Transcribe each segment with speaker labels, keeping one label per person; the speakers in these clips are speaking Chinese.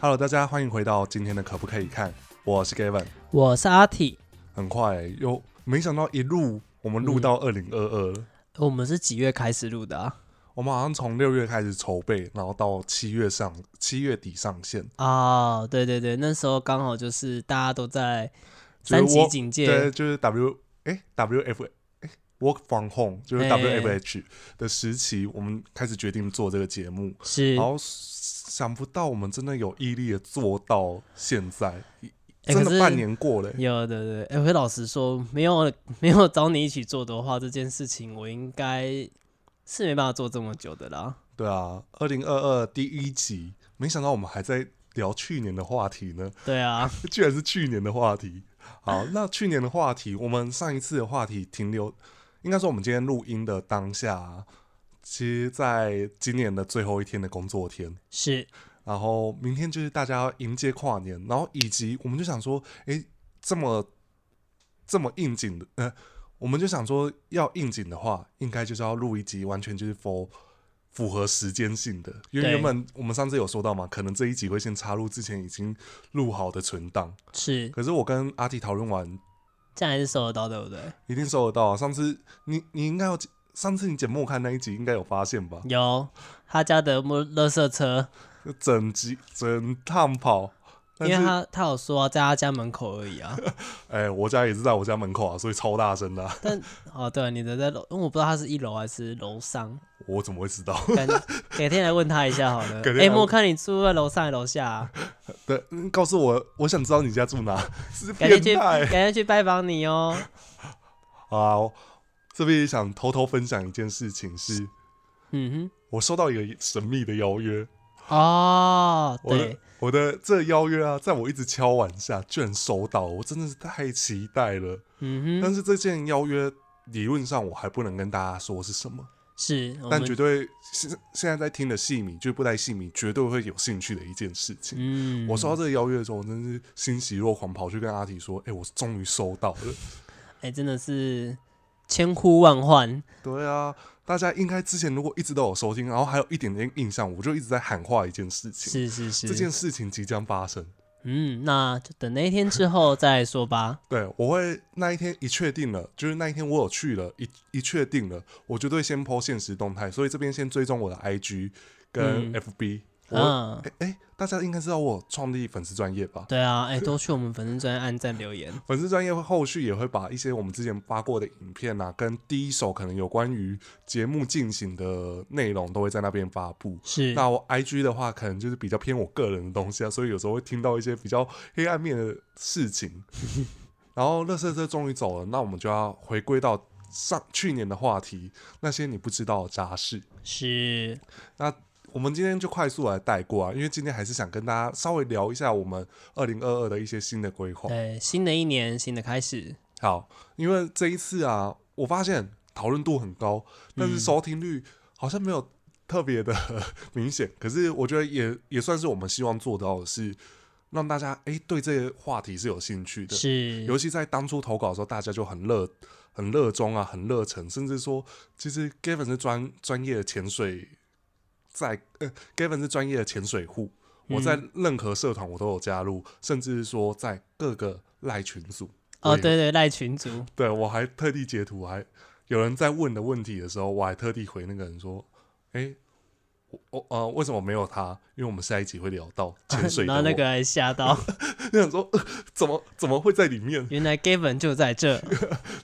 Speaker 1: Hello，大家欢迎回到今天的可不可以看？我是 Gavin。
Speaker 2: 我是阿 T，
Speaker 1: 很快、又没想到一路我们录到二零二二了。
Speaker 2: 我们是几月开始录的啊？
Speaker 1: 我们好像从六月开始筹备，然后到七月上七月底上线。
Speaker 2: 哦，对对对，那时候刚好就是大家都在
Speaker 1: 就是
Speaker 2: 三级
Speaker 1: 我
Speaker 2: 警
Speaker 1: 对，
Speaker 2: 戒，
Speaker 1: 就是 W 哎、WF 哎、Work from Home 就是
Speaker 2: 哎
Speaker 1: WFH 的时期，我们开始决定做这个节目，
Speaker 2: 是
Speaker 1: 然后想不到我们真的有毅力的做到现在，
Speaker 2: 哎
Speaker 1: 真
Speaker 2: 可
Speaker 1: 的
Speaker 2: 是
Speaker 1: 半年过了、欸。
Speaker 2: 有对对。哎，我会老实说，没有没有找你一起做的话，这件事情我应该是没办法做这么久的啦。
Speaker 1: 对啊，二零二二第一集，没想到我们还在聊去年的话题呢，
Speaker 2: 对啊，
Speaker 1: 居然是去年的话题。好，那去年的话题，我们上一次的话题停留，应该说我们今天录音的当下啊，其实在今年的最后一天的工作天，
Speaker 2: 是
Speaker 1: 然后明天就是大家要迎接跨年，然后以及我们就想说，诶，这么这么应景的，呃，我们就想说要应景的话，应该就是要录一集，完全就是 for 符合时间性的，因为
Speaker 2: 对
Speaker 1: 原本我们上次有说到嘛，可能这一集会先插入之前已经录好的存档，
Speaker 2: 是，
Speaker 1: 可是我跟阿弟讨论完，
Speaker 2: 这样还是收得到，对不对？
Speaker 1: 一定收得到啊。上次你你应该有，上次你剪莫看那一集应该有发现吧？
Speaker 2: 有他家的木垃圾车，
Speaker 1: 就整集整趟跑，
Speaker 2: 因
Speaker 1: 但
Speaker 2: 为
Speaker 1: 是
Speaker 2: 他他有说、啊、在他家门口而已啊。
Speaker 1: 哎、我家也是在我家门口啊，所以超大声的啊、
Speaker 2: 哦，对，你的在楼，因为我不知道他是一楼还是楼上。
Speaker 1: 我怎么会知道？
Speaker 2: 改改天来问他一下好了。
Speaker 1: 改天
Speaker 2: 哎、
Speaker 1: 来问
Speaker 2: 莫看你住在楼上还是楼下、啊，
Speaker 1: 对，嗯告诉我，我想知道你家住哪， 是
Speaker 2: 改天
Speaker 1: 变
Speaker 2: 去改
Speaker 1: 态
Speaker 2: 天去拜访你哦。
Speaker 1: 啊！我这边也想偷偷分享一件事情是，
Speaker 2: 嗯
Speaker 1: 我收到一个神秘的邀约，
Speaker 2: 哼，哦，
Speaker 1: 我的
Speaker 2: 对，
Speaker 1: 我的这个邀约啊，在我一直敲碗下，居然收到，我真的是太期待了。
Speaker 2: 嗯哼，
Speaker 1: 但是这件邀约理论上我还不能跟大家说是什么，
Speaker 2: 是，我
Speaker 1: 但
Speaker 2: 们
Speaker 1: 绝对现现在在听的戏迷，就是布袋戏迷绝对会有兴趣的一件事情。
Speaker 2: 嗯，
Speaker 1: 我收到这个邀约的时候，我真是欣喜若狂，跑去跟阿提说：“哎、我终于收到了。
Speaker 2: 哎、真的是千呼万唤，”
Speaker 1: 对啊，大家应该之前如果一直都有收听，然后还有一点点印象，我就一直在喊话一件事情，
Speaker 2: 是是是，
Speaker 1: 这件事情即将发生。
Speaker 2: 嗯，那就等那一天之后再来说吧。
Speaker 1: 对，我会那一天一确定了，就是那一天我有去了，一一确定了，我绝对先 po 现实动态，所以这边先追踪我的 IG 跟
Speaker 2: 嗯
Speaker 1: FB、我
Speaker 2: 嗯，
Speaker 1: 哎、哎大家应该知道我有创立粉丝专业吧？
Speaker 2: 对啊，哎、都去我们粉丝专业按赞留言。
Speaker 1: 粉丝专业后续也会把一些我们之前发过的影片啊，跟第一手可能有关于节目进行的内容，都会在那边发布。
Speaker 2: 是，
Speaker 1: 那我 IG 的话，可能就是比较偏我个人的东西啊，所以有时候会听到一些比较黑暗面的事情。然后，乐色车终于走了，那我们就要回归到上去年的话题，那些你不知道的杂事。
Speaker 2: 是，
Speaker 1: 那我们今天就快速来带过啊，因为今天还是想跟大家稍微聊一下我们二零二二的一些新的规划。
Speaker 2: 对，新的一年，新的开始，
Speaker 1: 好，因为这一次啊，我发现讨论度很高，
Speaker 2: 嗯
Speaker 1: 但是收听率好像没有特别的 明显。可是我觉得也也算是我们希望做到的是，让大家诶对这个话题是有兴趣的。
Speaker 2: 是，
Speaker 1: 尤其在当初投稿的时候，大家就很热、很热衷啊，很热忱，甚至说，其实 Gavin 是专专业的潜水，在呃，Gavin 是专业的潜水户。
Speaker 2: 嗯
Speaker 1: 我在任何社团我都有加入，甚至是说在各个赖群组。我
Speaker 2: 哦，
Speaker 1: 也
Speaker 2: 对对，赖群主，
Speaker 1: 对我还特地截图，还有人在问的问题的时候，我还特地回那个人说：“哎、我我呃，为什么没有他？因为我们下一集会聊到 潜水的
Speaker 2: 然
Speaker 1: 我。
Speaker 2: 后那个还 吓到，
Speaker 1: 那想说、呃怎么怎么会在里面？
Speaker 2: 原来 Gavin 就在这，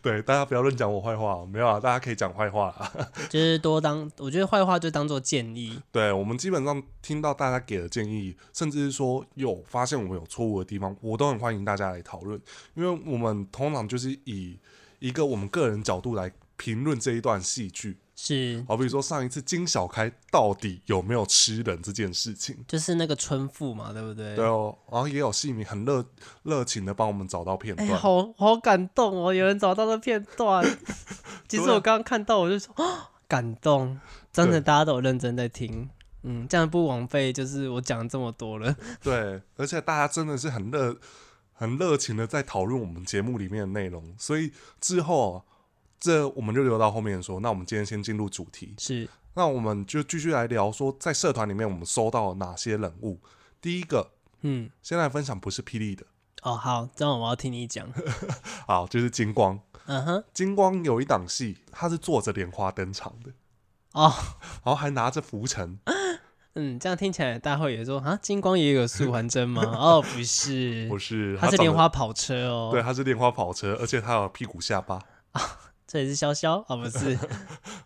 Speaker 1: 对，大家不要乱讲我坏话，没有啊，大家可以讲坏话啊。
Speaker 2: 就是多当，我觉得坏话就当做建议，
Speaker 1: 对我们基本上听到大家给的建议，甚至是说有发现我们有错误的地方，我都很欢迎大家来讨论，因为我们通常就是以一个我们个人角度来评论这一段戏剧。
Speaker 2: 是，
Speaker 1: 好比说上一次金小开到底有没有吃人这件事情，
Speaker 2: 就是那个春妇嘛，对不对？
Speaker 1: 对哦，然后也有戏迷很热热情的帮我们找到片
Speaker 2: 哎、
Speaker 1: 段，
Speaker 2: 好好感动哦，有人找到了片 段。其实
Speaker 1: 对啊
Speaker 2: 我刚刚看到，我就说、啊感动，真
Speaker 1: 对
Speaker 2: 的大家都有认真在听。嗯，这样不枉费，就是我讲这么多了。
Speaker 1: 对，而且大家真的是很热很热情的在讨论我们节目里面的内容，所以之后啊这我们就留到后面说。那我们今天先进入主题，
Speaker 2: 是，
Speaker 1: 那我们就继续来聊说，在社团里面我们收到了哪些人物。第一个，
Speaker 2: 嗯，
Speaker 1: 现在分享不是霹雳的，
Speaker 2: 哦，好，这样我要听你讲。
Speaker 1: 好，就是金光。
Speaker 2: 嗯哼，
Speaker 1: 金光有一档戏，他是坐着莲花登场的，
Speaker 2: 哦，
Speaker 1: 然后还拿着拂尘。
Speaker 2: 嗯，这样听起来大会也说啊，金光也有素还真吗？哦，不是，
Speaker 1: 不是，
Speaker 2: 他是
Speaker 1: 长得
Speaker 2: 莲花跑车哦。
Speaker 1: 对，，他啊是莲花跑车，而且他有屁股下巴。
Speaker 2: 这也是潇潇啊，不是？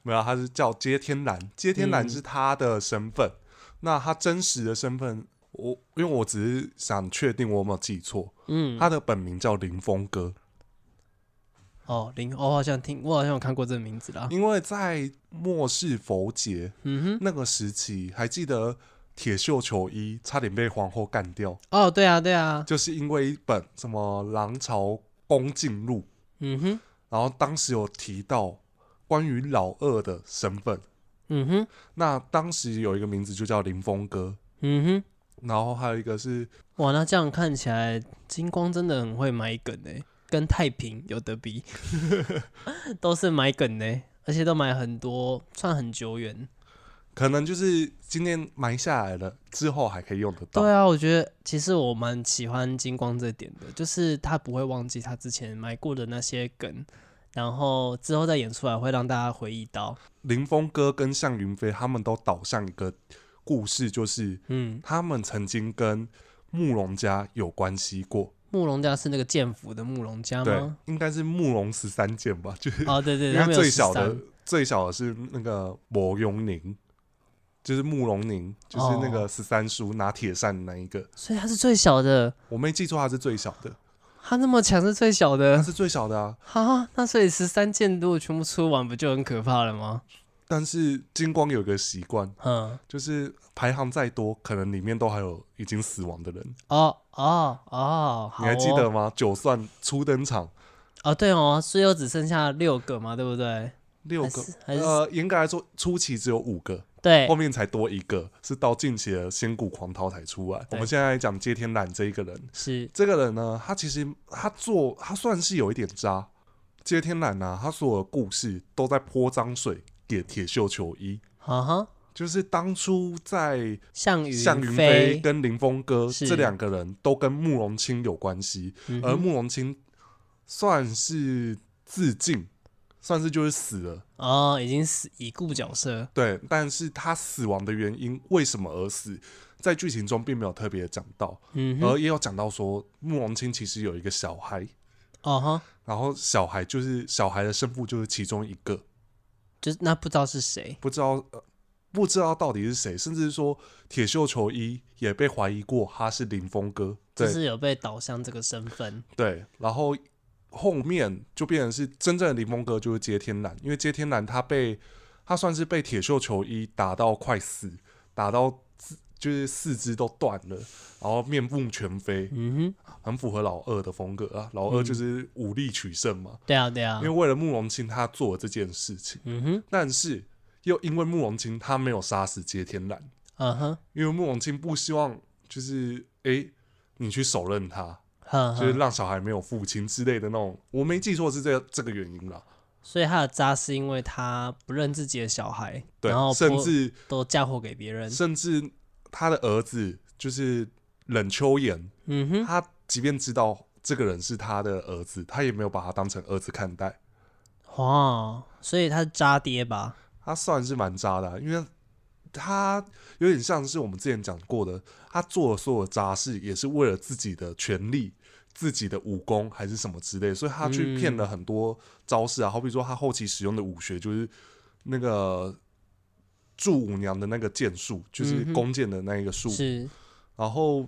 Speaker 1: 没有，他是叫接天蓝，接天蓝
Speaker 2: 嗯
Speaker 1: 是他的身份。那他真实的身份，我因为我只是想确定我有没有记错，
Speaker 2: 嗯，
Speaker 1: 他的本名叫林峰哥，
Speaker 2: 哦，林，哦我好像听，我好像有看过这个名字啦。
Speaker 1: 因为在末世佛节
Speaker 2: 啊嗯哼，
Speaker 1: 那个时期，还记得铁锈球衣差点被皇后干掉，
Speaker 2: 哦，对啊，对啊，
Speaker 1: 就是因为一本什么《狼朝宫禁录》，
Speaker 2: 嗯哼，
Speaker 1: 然后当时有提到关于老二的身份，
Speaker 2: 嗯哼，
Speaker 1: 那当时有一个名字就叫林峰哥，
Speaker 2: 嗯哼。
Speaker 1: 然后还有一个是
Speaker 2: 哇，那这样看起来，金光真的很会埋梗呢、跟太平有得比，都是埋梗呢、而且都埋很多，算很久远。
Speaker 1: 可能就是今天埋下来了，之后还可以用得到。
Speaker 2: 对啊，我觉得其实我蛮喜欢金光这点的，就是他不会忘记他之前埋过的那些梗，然后之后再演出来会让大家回忆到。
Speaker 1: 林峰哥跟向云飞他们都导向一个故事，就是
Speaker 2: 嗯，
Speaker 1: 他们曾经跟慕容家有关系过。
Speaker 2: 慕容家是那个剑府的慕容家
Speaker 1: 对
Speaker 2: 吗？，
Speaker 1: 应该是慕容十三剑吧，就是
Speaker 2: 哦，对对，
Speaker 1: 因
Speaker 2: 他
Speaker 1: 为
Speaker 2: 们有
Speaker 1: 最小的
Speaker 2: 13
Speaker 1: 最小的是那个慕容宁，就是慕容宁，就是那
Speaker 2: 哦
Speaker 1: 个十三叔拿铁扇的那一个。
Speaker 2: 所以他是最小的，
Speaker 1: 我没记错，他是最小
Speaker 2: 嗯
Speaker 1: 的，
Speaker 2: 他那么强是最小的
Speaker 1: 他。是最小的啊。
Speaker 2: 哈，那所以十三件如果全部出完，不就很可怕了吗？
Speaker 1: 但是金光有个习惯，
Speaker 2: 嗯，
Speaker 1: 就是排行再多，可能里面都还有已经死亡的人。
Speaker 2: 哦哦哦，
Speaker 1: 你
Speaker 2: 好
Speaker 1: 还记
Speaker 2: 哦
Speaker 1: 得吗？九算初登场
Speaker 2: 哦，对哦，所以又只剩下六个嘛，对不对？
Speaker 1: 六
Speaker 2: 还
Speaker 1: 个，
Speaker 2: 是还是、哎
Speaker 1: 呃，严格来说初期只有五个，
Speaker 2: 对
Speaker 1: 后，面才多一个，是到近期的仙谷狂涛才出来。我
Speaker 2: 对
Speaker 1: 们现在来讲接天揽这一个人，
Speaker 2: 是
Speaker 1: 这个人呢，他其实他做他算是有一点渣。接天揽呢、他所有的故事都在泼脏水给铁锈球衣，
Speaker 2: 哈哈，
Speaker 1: 就是当初在
Speaker 2: 项羽、
Speaker 1: 向云飞
Speaker 2: 飞，
Speaker 1: 跟林峰哥
Speaker 2: 是
Speaker 1: 这两个人都跟慕容清有关系，
Speaker 2: 嗯
Speaker 1: 而
Speaker 2: 哼
Speaker 1: 慕容清算是自尽，算是就是死了。
Speaker 2: 哦，已经死已故角色，
Speaker 1: 对，但是他死亡的原因为什么而死，在剧情中并没有特别讲到，
Speaker 2: 嗯哼，
Speaker 1: 而也有讲到说慕容清其实有一个小孩，
Speaker 2: 哦哈，
Speaker 1: 然后小孩就是小孩的生父就是其中一个，
Speaker 2: 就是那不知道是谁，
Speaker 1: 不知道、呃、不知道到底是谁，甚至说铁锈球衣也被怀疑过他是林峰哥，
Speaker 2: 就
Speaker 1: 对，
Speaker 2: 是有被导向这个身份，
Speaker 1: 对，然后后面就变成是真正的林峰哥就是接天蓝，因为接天蓝他被他算是被铁锈球衣打到快死，打到自就是四肢都断了，然后面目全非，
Speaker 2: 嗯哼，
Speaker 1: 很符合老二的风格啊。老二就是武力取胜嘛，
Speaker 2: 对啊嗯对啊
Speaker 1: 因为，为了慕容清他做了这件事情，
Speaker 2: 嗯哼，
Speaker 1: 但是又因为慕容清他没有杀死接天蓝，
Speaker 2: 嗯哼，
Speaker 1: 因为慕容清不希望就是诶、你去手刃他，
Speaker 2: 嗯哼
Speaker 1: 就是
Speaker 2: 哼，
Speaker 1: 让小孩没有父亲之类的那种，我没记错是这这个原因啦。
Speaker 2: 所以他的渣是因为他不认自己的小孩，
Speaker 1: 对
Speaker 2: 然后，
Speaker 1: 甚
Speaker 2: 不
Speaker 1: 至
Speaker 2: 都嫁祸给别人，
Speaker 1: 甚至他的儿子就是冷秋言，
Speaker 2: 嗯哼。
Speaker 1: 他即便知道这个人是他的儿子，他也没有把他当成儿子看待，
Speaker 2: 哇，所以他是渣爹吧？
Speaker 1: 他算是蛮渣的啊、因为他有点像是我们之前讲过的，他做的所有渣事也是为了自己的权利。自己的武功还是什么之类，所以他
Speaker 2: 嗯
Speaker 1: 去骗了很多招式啊，好比说他后期使用的武学就是那个祝舞娘的那个剑术，就是
Speaker 2: 嗯哼
Speaker 1: 弓箭的那一个术，
Speaker 2: 是，
Speaker 1: 然后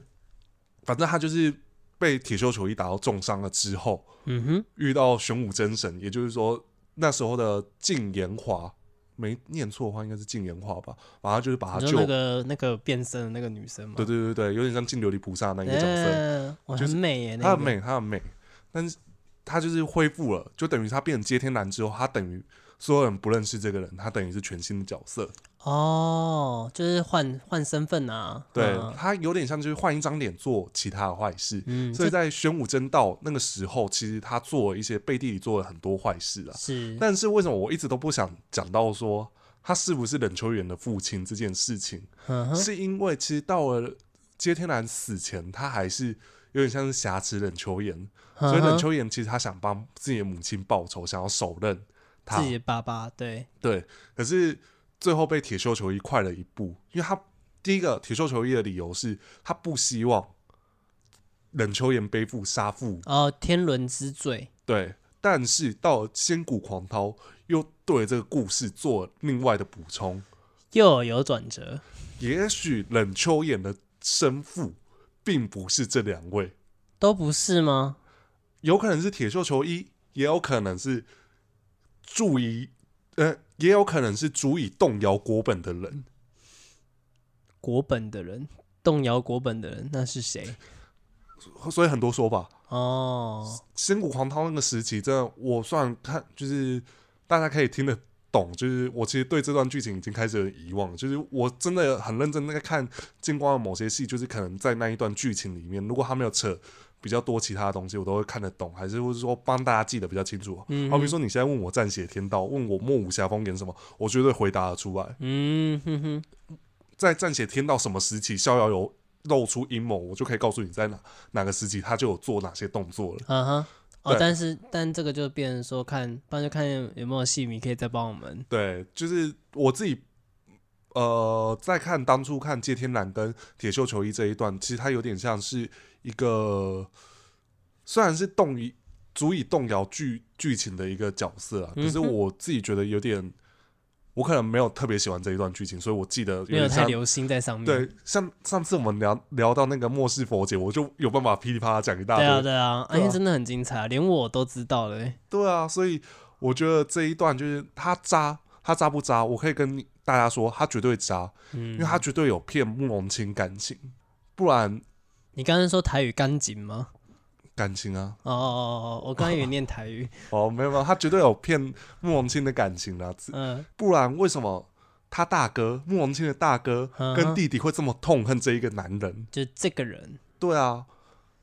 Speaker 1: 反正他就是被铁锈球衣打到重伤了之后，
Speaker 2: 嗯哼，
Speaker 1: 遇到玄武真神，也就是说那时候的净炎华，没念错的话应该是净炎华吧，反正啊就是把他
Speaker 2: 你
Speaker 1: 救，
Speaker 2: 说那个那个变身的那个女生吗？
Speaker 1: 对对对对，有点像净琉璃菩萨那一个角色，
Speaker 2: 嗯哇，
Speaker 1: 就是
Speaker 2: 很美耶，
Speaker 1: 他
Speaker 2: 那
Speaker 1: 很
Speaker 2: 个，
Speaker 1: 美，他很美，但是他就是恢复了，就等于他变成接天男之后，他等于所有人不认识这个人，他等于是全新的角色，
Speaker 2: 哦，就是换换身份啊，
Speaker 1: 对、
Speaker 2: 嗯
Speaker 1: 他有点像就是换一张脸做其他的坏事。
Speaker 2: 嗯，
Speaker 1: 所以
Speaker 2: 这
Speaker 1: 在玄武真道那个时候，其实他做了一些背地里做了很多坏事啊。
Speaker 2: 是，
Speaker 1: 但是为什么我一直都不想讲到说他是不是冷秋元的父亲这件事情？
Speaker 2: 嗯哼，
Speaker 1: 是因为其实到了接天蓝死前，他还是有点像是挟持冷秋妍，
Speaker 2: 呵
Speaker 1: 所以冷
Speaker 2: 呵
Speaker 1: 秋妍其实他想帮自己的母亲报仇，想要手刃他
Speaker 2: 自，己的爸爸，对，
Speaker 1: 对，可是最后被铁锈球衣快了一步，因为他第一个铁锈球衣的理由是他不希望冷秋妍背负杀父
Speaker 2: 哦，天伦之罪，
Speaker 1: 对，但是到了千古狂涛又对这个故事做另外的补充，
Speaker 2: 又有转折，
Speaker 1: 也许冷秋妍的生父并不是这两位，
Speaker 2: 都不是吗？
Speaker 1: 有可能是铁锈球衣，也有可能是注意，呃，也有可能是足以动摇国本的人。
Speaker 2: 国本的人动摇国本的人，那是谁？
Speaker 1: 所以很多说法，
Speaker 2: 哦，
Speaker 1: 新谷狂涛那个时期，真的我算看，就是大家可以听得懂，就是我其实对这段剧情已经开始有点遗忘了，就是我真的很认真在看金光的某些戏，就是可能在那一段剧情里面，如果他没有扯比较多其他的东西，我都会看得懂，还是或是说帮大家记得比较清楚。啊
Speaker 2: 嗯
Speaker 1: 好比说你现在问我战血天道，问我莫武侠风言什么，我绝对回答得出来。
Speaker 2: 嗯哼哼，
Speaker 1: 在战血天道什么时期，逍遥游露出阴谋，我就可以告诉你在哪哪个时期他就有做哪些动作了。
Speaker 2: 啊哈。哦，
Speaker 1: 对
Speaker 2: 但是但这个就变成说看，不然就看有没有戏迷可以再帮我们。
Speaker 1: 对，就是我自己，呃，在看当初看借天蓝跟铁锈球衣这一段，其实它有点像是一个，虽然是动于足以动摇剧剧情的一个角色啊，可是
Speaker 2: 嗯哼
Speaker 1: 我自己觉得有点，我可能没有特别喜欢这一段剧情，所以我记得有
Speaker 2: 没有
Speaker 1: 点
Speaker 2: 太
Speaker 1: 像。
Speaker 2: 留心在上面。
Speaker 1: 对，像上次我们聊聊到那个末世佛节，我就有办法噼里啪啦讲一大堆。
Speaker 2: 对啊，对啊，啊
Speaker 1: 对啊
Speaker 2: 因为真的很精彩啊，连我都知道了欸、
Speaker 1: 对啊，所以我觉得这一段就是他渣，他渣不渣？我可以跟你大家说，他绝对渣，因
Speaker 2: 嗯
Speaker 1: 为，他绝对有骗慕容清感情，不然
Speaker 2: 你刚刚说台语干净吗？
Speaker 1: 感情啊，
Speaker 2: 哦哦哦哦，我刚刚以为念台 语。
Speaker 1: 哦，没有没有，他绝对有骗慕容清的感情啊，只
Speaker 2: 嗯，
Speaker 1: 不然为什么他大哥慕容清的大哥
Speaker 2: 嗯
Speaker 1: 跟
Speaker 2: 哼
Speaker 1: 弟弟会这么痛恨这一个男人？
Speaker 2: 就这个人，
Speaker 1: 对啊，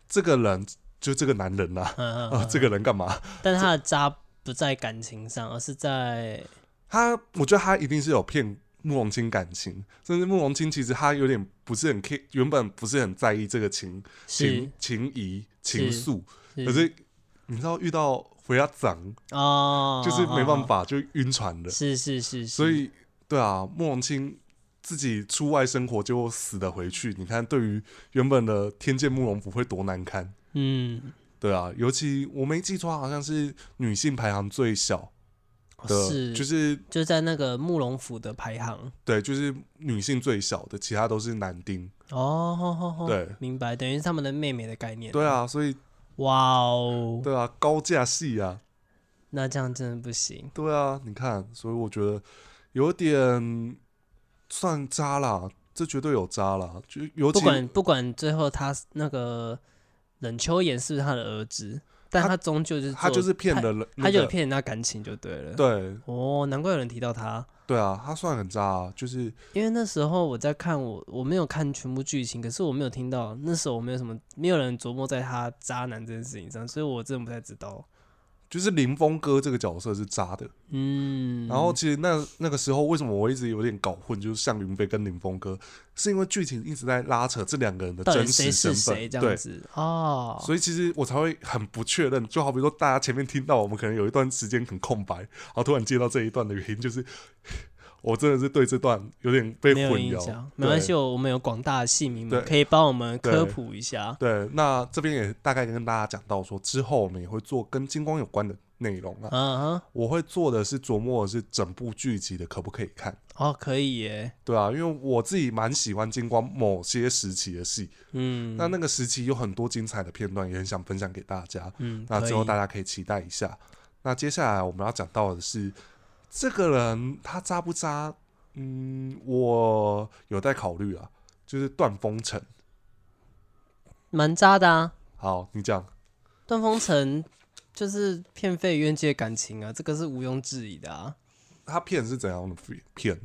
Speaker 1: 这个人就这个男人啊，啊，
Speaker 2: 嗯，嗯
Speaker 1: 这个人干嘛？
Speaker 2: 嗯但他的渣不在感情上，而是在
Speaker 1: 他，我觉得他一定是有骗慕容清感情，甚至慕容清其实他有点不是很 care，原本不是很在意这个情
Speaker 2: 是
Speaker 1: 情情谊情愫，
Speaker 2: 是
Speaker 1: 可是你知道遇到回家长
Speaker 2: 哦，
Speaker 1: 就是没办
Speaker 2: 哦，
Speaker 1: 法，就晕船了
Speaker 2: 哦，是是是，是
Speaker 1: 所以对啊，慕容清。自己出外生活就死的回去，你看对于原本的天剑慕容府会多难堪，
Speaker 2: 嗯，
Speaker 1: 对啊，尤其我没记错，好像是女性排行最小
Speaker 2: 哦
Speaker 1: 的，
Speaker 2: 是
Speaker 1: 啊就是
Speaker 2: 就在那个慕容府的排行
Speaker 1: 对，就是女性最小的，其他都是男丁。
Speaker 2: 哦，吼吼吼
Speaker 1: 对
Speaker 2: 明白，等于是他们的妹妹的概念。
Speaker 1: 对啊，所以
Speaker 2: 哇哦，
Speaker 1: 对啊，高价戏啊，
Speaker 2: 那这样真的不行。
Speaker 1: 对啊，你看，所以我觉得有点算渣啦，这绝对有渣啦，就尤
Speaker 2: 不
Speaker 1: 其
Speaker 2: 管不管最后他是那个冷秋妍是不是他的儿子，但
Speaker 1: 他
Speaker 2: 他终究是
Speaker 1: 他
Speaker 2: 做
Speaker 1: 就是骗的人，
Speaker 2: 他
Speaker 1: 那
Speaker 2: 就有
Speaker 1: 个
Speaker 2: 骗人家感情就对了。
Speaker 1: 对
Speaker 2: 哦，难怪有人提到他，
Speaker 1: 对啊，他算很渣啊，就是
Speaker 2: 因为那时候我在看我我没有看全部剧情，可是我没有听到那时候我没有什么没有人琢磨在他渣男这件事情上，所以我真的不太知道。
Speaker 1: 就是林峰哥这个角色是渣的。
Speaker 2: 嗯，
Speaker 1: 然后其实那那个时候为什么我一直有点搞混，就是向云飞跟林峰哥，是因为剧情一直在拉扯这两个人的
Speaker 2: 到
Speaker 1: 真
Speaker 2: 底
Speaker 1: 实
Speaker 2: 谁
Speaker 1: 身
Speaker 2: 是
Speaker 1: 份，
Speaker 2: 谁这
Speaker 1: 对
Speaker 2: 样子哦，
Speaker 1: 所以其实我才会很不确认，就好比说大家前面听到我们可能有一段时间很空白，然后突然接到这一段的原因就是， 我真的是对这段有点被
Speaker 2: 没
Speaker 1: 混
Speaker 2: 有印
Speaker 1: 淆
Speaker 2: 象，。没关系，我我们有广大的戏迷
Speaker 1: 对
Speaker 2: 们可以帮我们科
Speaker 1: 对
Speaker 2: 普一下。
Speaker 1: 对。对，那这边也大概跟大家讲到说，之后我们也会做跟金光有关的内容啊。
Speaker 2: 嗯哼，
Speaker 1: 我会做的是琢磨的是整部剧集的可不可以看，
Speaker 2: 哦，可以耶，
Speaker 1: 对啊，因为我自己蛮喜欢金光某些时期的戏，
Speaker 2: 嗯，
Speaker 1: 那那个时期有很多精彩的片段，也很想分享给大家。
Speaker 2: 嗯，
Speaker 1: 那
Speaker 2: 可
Speaker 1: 之后
Speaker 2: 以
Speaker 1: 大家可以期待一下。那接下来我们要讲到的是，这个人他渣不渣？嗯，我有在考虑啊，就是段风尘。
Speaker 2: 蛮渣的啊。
Speaker 1: 好，你讲，
Speaker 2: 段风尘就是骗费冤借感情啊，这个是毋庸置疑的啊。
Speaker 1: 他骗是怎样的骗？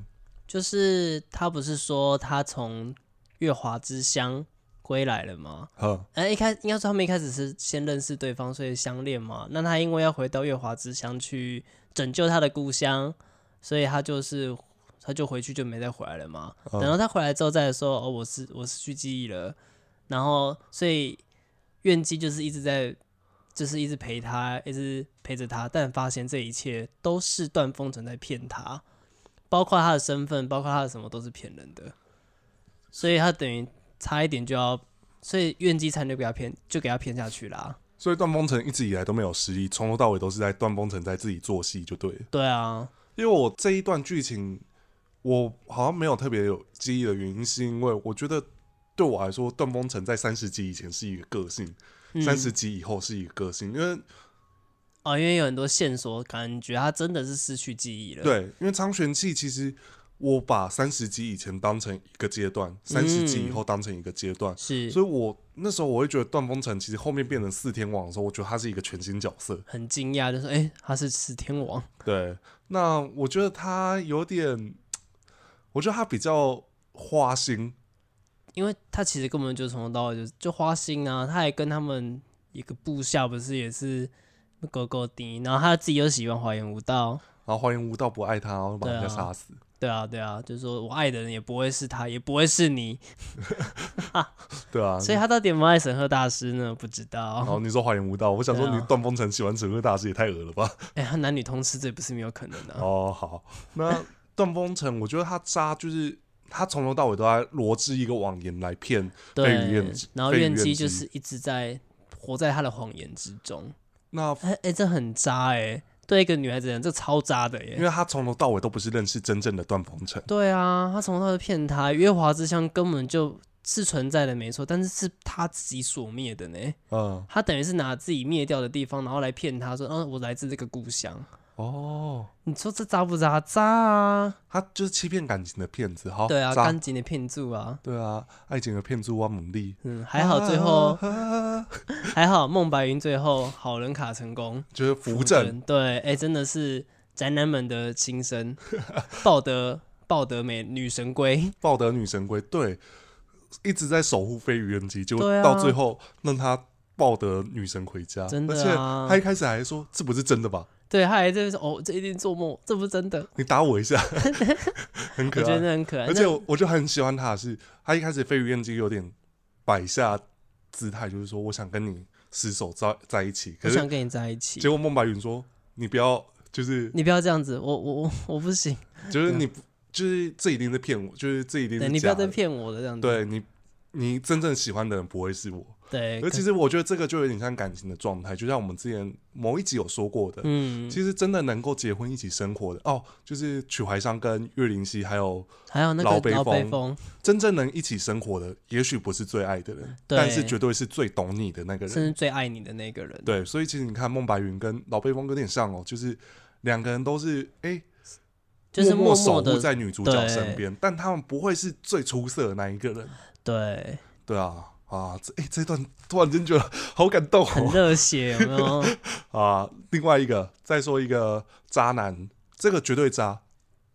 Speaker 2: 就是他不是说他从月华之乡归来了吗？
Speaker 1: 呵，
Speaker 2: 哎、一开应该说他们一开始是先认识对方，所以相恋嘛。那他因为要回到月华之乡去拯救他的故乡，所以他就是他就回去就没再回来了嘛。
Speaker 1: 嗯
Speaker 2: 等到他回来之后再说，哦，我是我失去记忆了，然后所以愿姬就是一直在，就是一直陪他，一直陪着他，但发现这一切都是段风尘在骗他，包括他的身份，包括他的什么都是骗人的，所以他等于差一点就要，所以愿姬差点就给他骗，就给他骗下去啦、
Speaker 1: 所以段风城一直以来都没有失忆，从头到尾都是在段风城在自己做戏就对了。
Speaker 2: 对啊，
Speaker 1: 因为我这一段剧情，我好像没有特别有记忆的原因，是因为我觉得对我来说，段风城在三十集以前是一个个性，
Speaker 2: 嗯
Speaker 1: 三十、集以后是一个个性，因为
Speaker 2: 哦，因为有很多线索，感觉他真的是失去记忆了。，
Speaker 1: 对，因为苍玄记其实我把三十集以前当成一个阶段，三十集以后当成一个阶段，
Speaker 2: 嗯是
Speaker 1: 所以我那时候我会觉得段风城其实后面变成四天王的时候，我觉得他是一个全新角色。
Speaker 2: 很惊讶，就说：“哎、他是四天王。
Speaker 1: 对，那我觉得他有点，我觉得他比较花心，”
Speaker 2: 因为他其实根本就从头到尾就就花心啊，他还跟他们一个部下不是也是勾勾滴，然后他自己又喜欢华严武道，
Speaker 1: 然后花言无道不爱他，然后把人家
Speaker 2: 对啊
Speaker 1: 杀死。
Speaker 2: 对啊对啊，就是说我爱的人也不会是他，也不会是你，
Speaker 1: 对啊，
Speaker 2: 所以他到底有没有爱神鹤大师呢？不知
Speaker 1: 然
Speaker 2: 道。
Speaker 1: 后你说花言无道，我想说
Speaker 2: 对啊
Speaker 1: 你段风城喜欢神鹤大师也太恶了吧？
Speaker 2: 哎、他男女通吃，这也不是没有可能的、啊。
Speaker 1: 哦，好，那段风城，我觉得他渣就是他从头到尾都在罗织一个妄言来骗，被
Speaker 2: 对
Speaker 1: 于愿之，
Speaker 2: 然后
Speaker 1: 被于
Speaker 2: 愿
Speaker 1: 愿
Speaker 2: 姬就
Speaker 1: 之
Speaker 2: 是一直在活在他的谎言之中。
Speaker 1: 那
Speaker 2: 哎、哎、这很渣哎、对一个女孩子来讲，这超渣的
Speaker 1: 因
Speaker 2: 耶。
Speaker 1: 为他从头到尾都不是认识真正的段风城，
Speaker 2: 对啊，他从头到尾骗她，月华之乡根本就是存在的没错，但是是他自己所灭的呢。
Speaker 1: 嗯，
Speaker 2: 他等于是拿自己灭掉的地方，然后来骗他说，嗯，我来自这个故乡。
Speaker 1: 哦，
Speaker 2: 你说这渣不渣？渣啊！
Speaker 1: 他就是欺骗感情的骗子，好，
Speaker 2: 对啊，
Speaker 1: 哦渣
Speaker 2: 干净的骗住啊。
Speaker 1: 对啊，爱情的骗子汪努力，
Speaker 2: 嗯，还好最后、
Speaker 1: 啊
Speaker 2: 还好孟白云最后好人卡成功。
Speaker 1: 就是扶正，
Speaker 2: 对，哎、真的是宅男们的心声，抱得抱得美女神归。
Speaker 1: 抱得女神归，对，一直在守护飞鱼人机，就
Speaker 2: 对啊
Speaker 1: 到最后让他抱得女神回家，
Speaker 2: 真的
Speaker 1: 而且
Speaker 2: 啊
Speaker 1: 他一开始还说这不是真的吧？
Speaker 2: 对，他还在说哦，这一定做梦，这不是真的。
Speaker 1: 你打我一下，很
Speaker 2: 我
Speaker 1: 可
Speaker 2: 觉得
Speaker 1: 爱。
Speaker 2: 那很可爱，
Speaker 1: 而且
Speaker 2: 那
Speaker 1: 我我就很喜欢他的是，他一开始飞鱼燕姬有点摆下姿态，就是说我想跟你厮守在在一起，可
Speaker 2: 我
Speaker 1: 是
Speaker 2: 想跟你在一起
Speaker 1: 结。果孟白云说你不要，就是
Speaker 2: 你不要这样子，我我我我不行，
Speaker 1: 就是你不就是这一定在骗我，就是这一定
Speaker 2: 对
Speaker 1: 是
Speaker 2: 你不
Speaker 1: 假
Speaker 2: 要再
Speaker 1: 的，
Speaker 2: 骗我了，这样子。
Speaker 1: 对你你真正喜欢的人不会是我。
Speaker 2: 对
Speaker 1: 而
Speaker 2: 可
Speaker 1: 其实我觉得这个就有点像感情的状态，就像我们之前某一集有说过的，
Speaker 2: 嗯，
Speaker 1: 其实真的能够结婚一起生活的哦，就是曲怀商跟岳灵溪还有
Speaker 2: 还有那个
Speaker 1: 老北
Speaker 2: 老北
Speaker 1: 风
Speaker 2: 风，
Speaker 1: 真正能一起生活的，也许不是最爱的人，
Speaker 2: 对
Speaker 1: 但是绝对是最懂你的那个
Speaker 2: 甚
Speaker 1: 人。
Speaker 2: 至最爱你的那个人。
Speaker 1: 对，所以其实你看，孟白云跟老贝风有点像哦，就是两个人都是哎、诶
Speaker 2: 就是
Speaker 1: 默
Speaker 2: 默
Speaker 1: 守护
Speaker 2: 的，
Speaker 1: 在女主角身边，但他们不会是最出色的那一个人。
Speaker 2: 对，
Speaker 1: 对啊，啊，这哎、这段突然间觉得好感动
Speaker 2: 很
Speaker 1: 哦
Speaker 2: 热血，有没有？
Speaker 1: 啊！另外一个，再说一个渣男，这个绝对渣，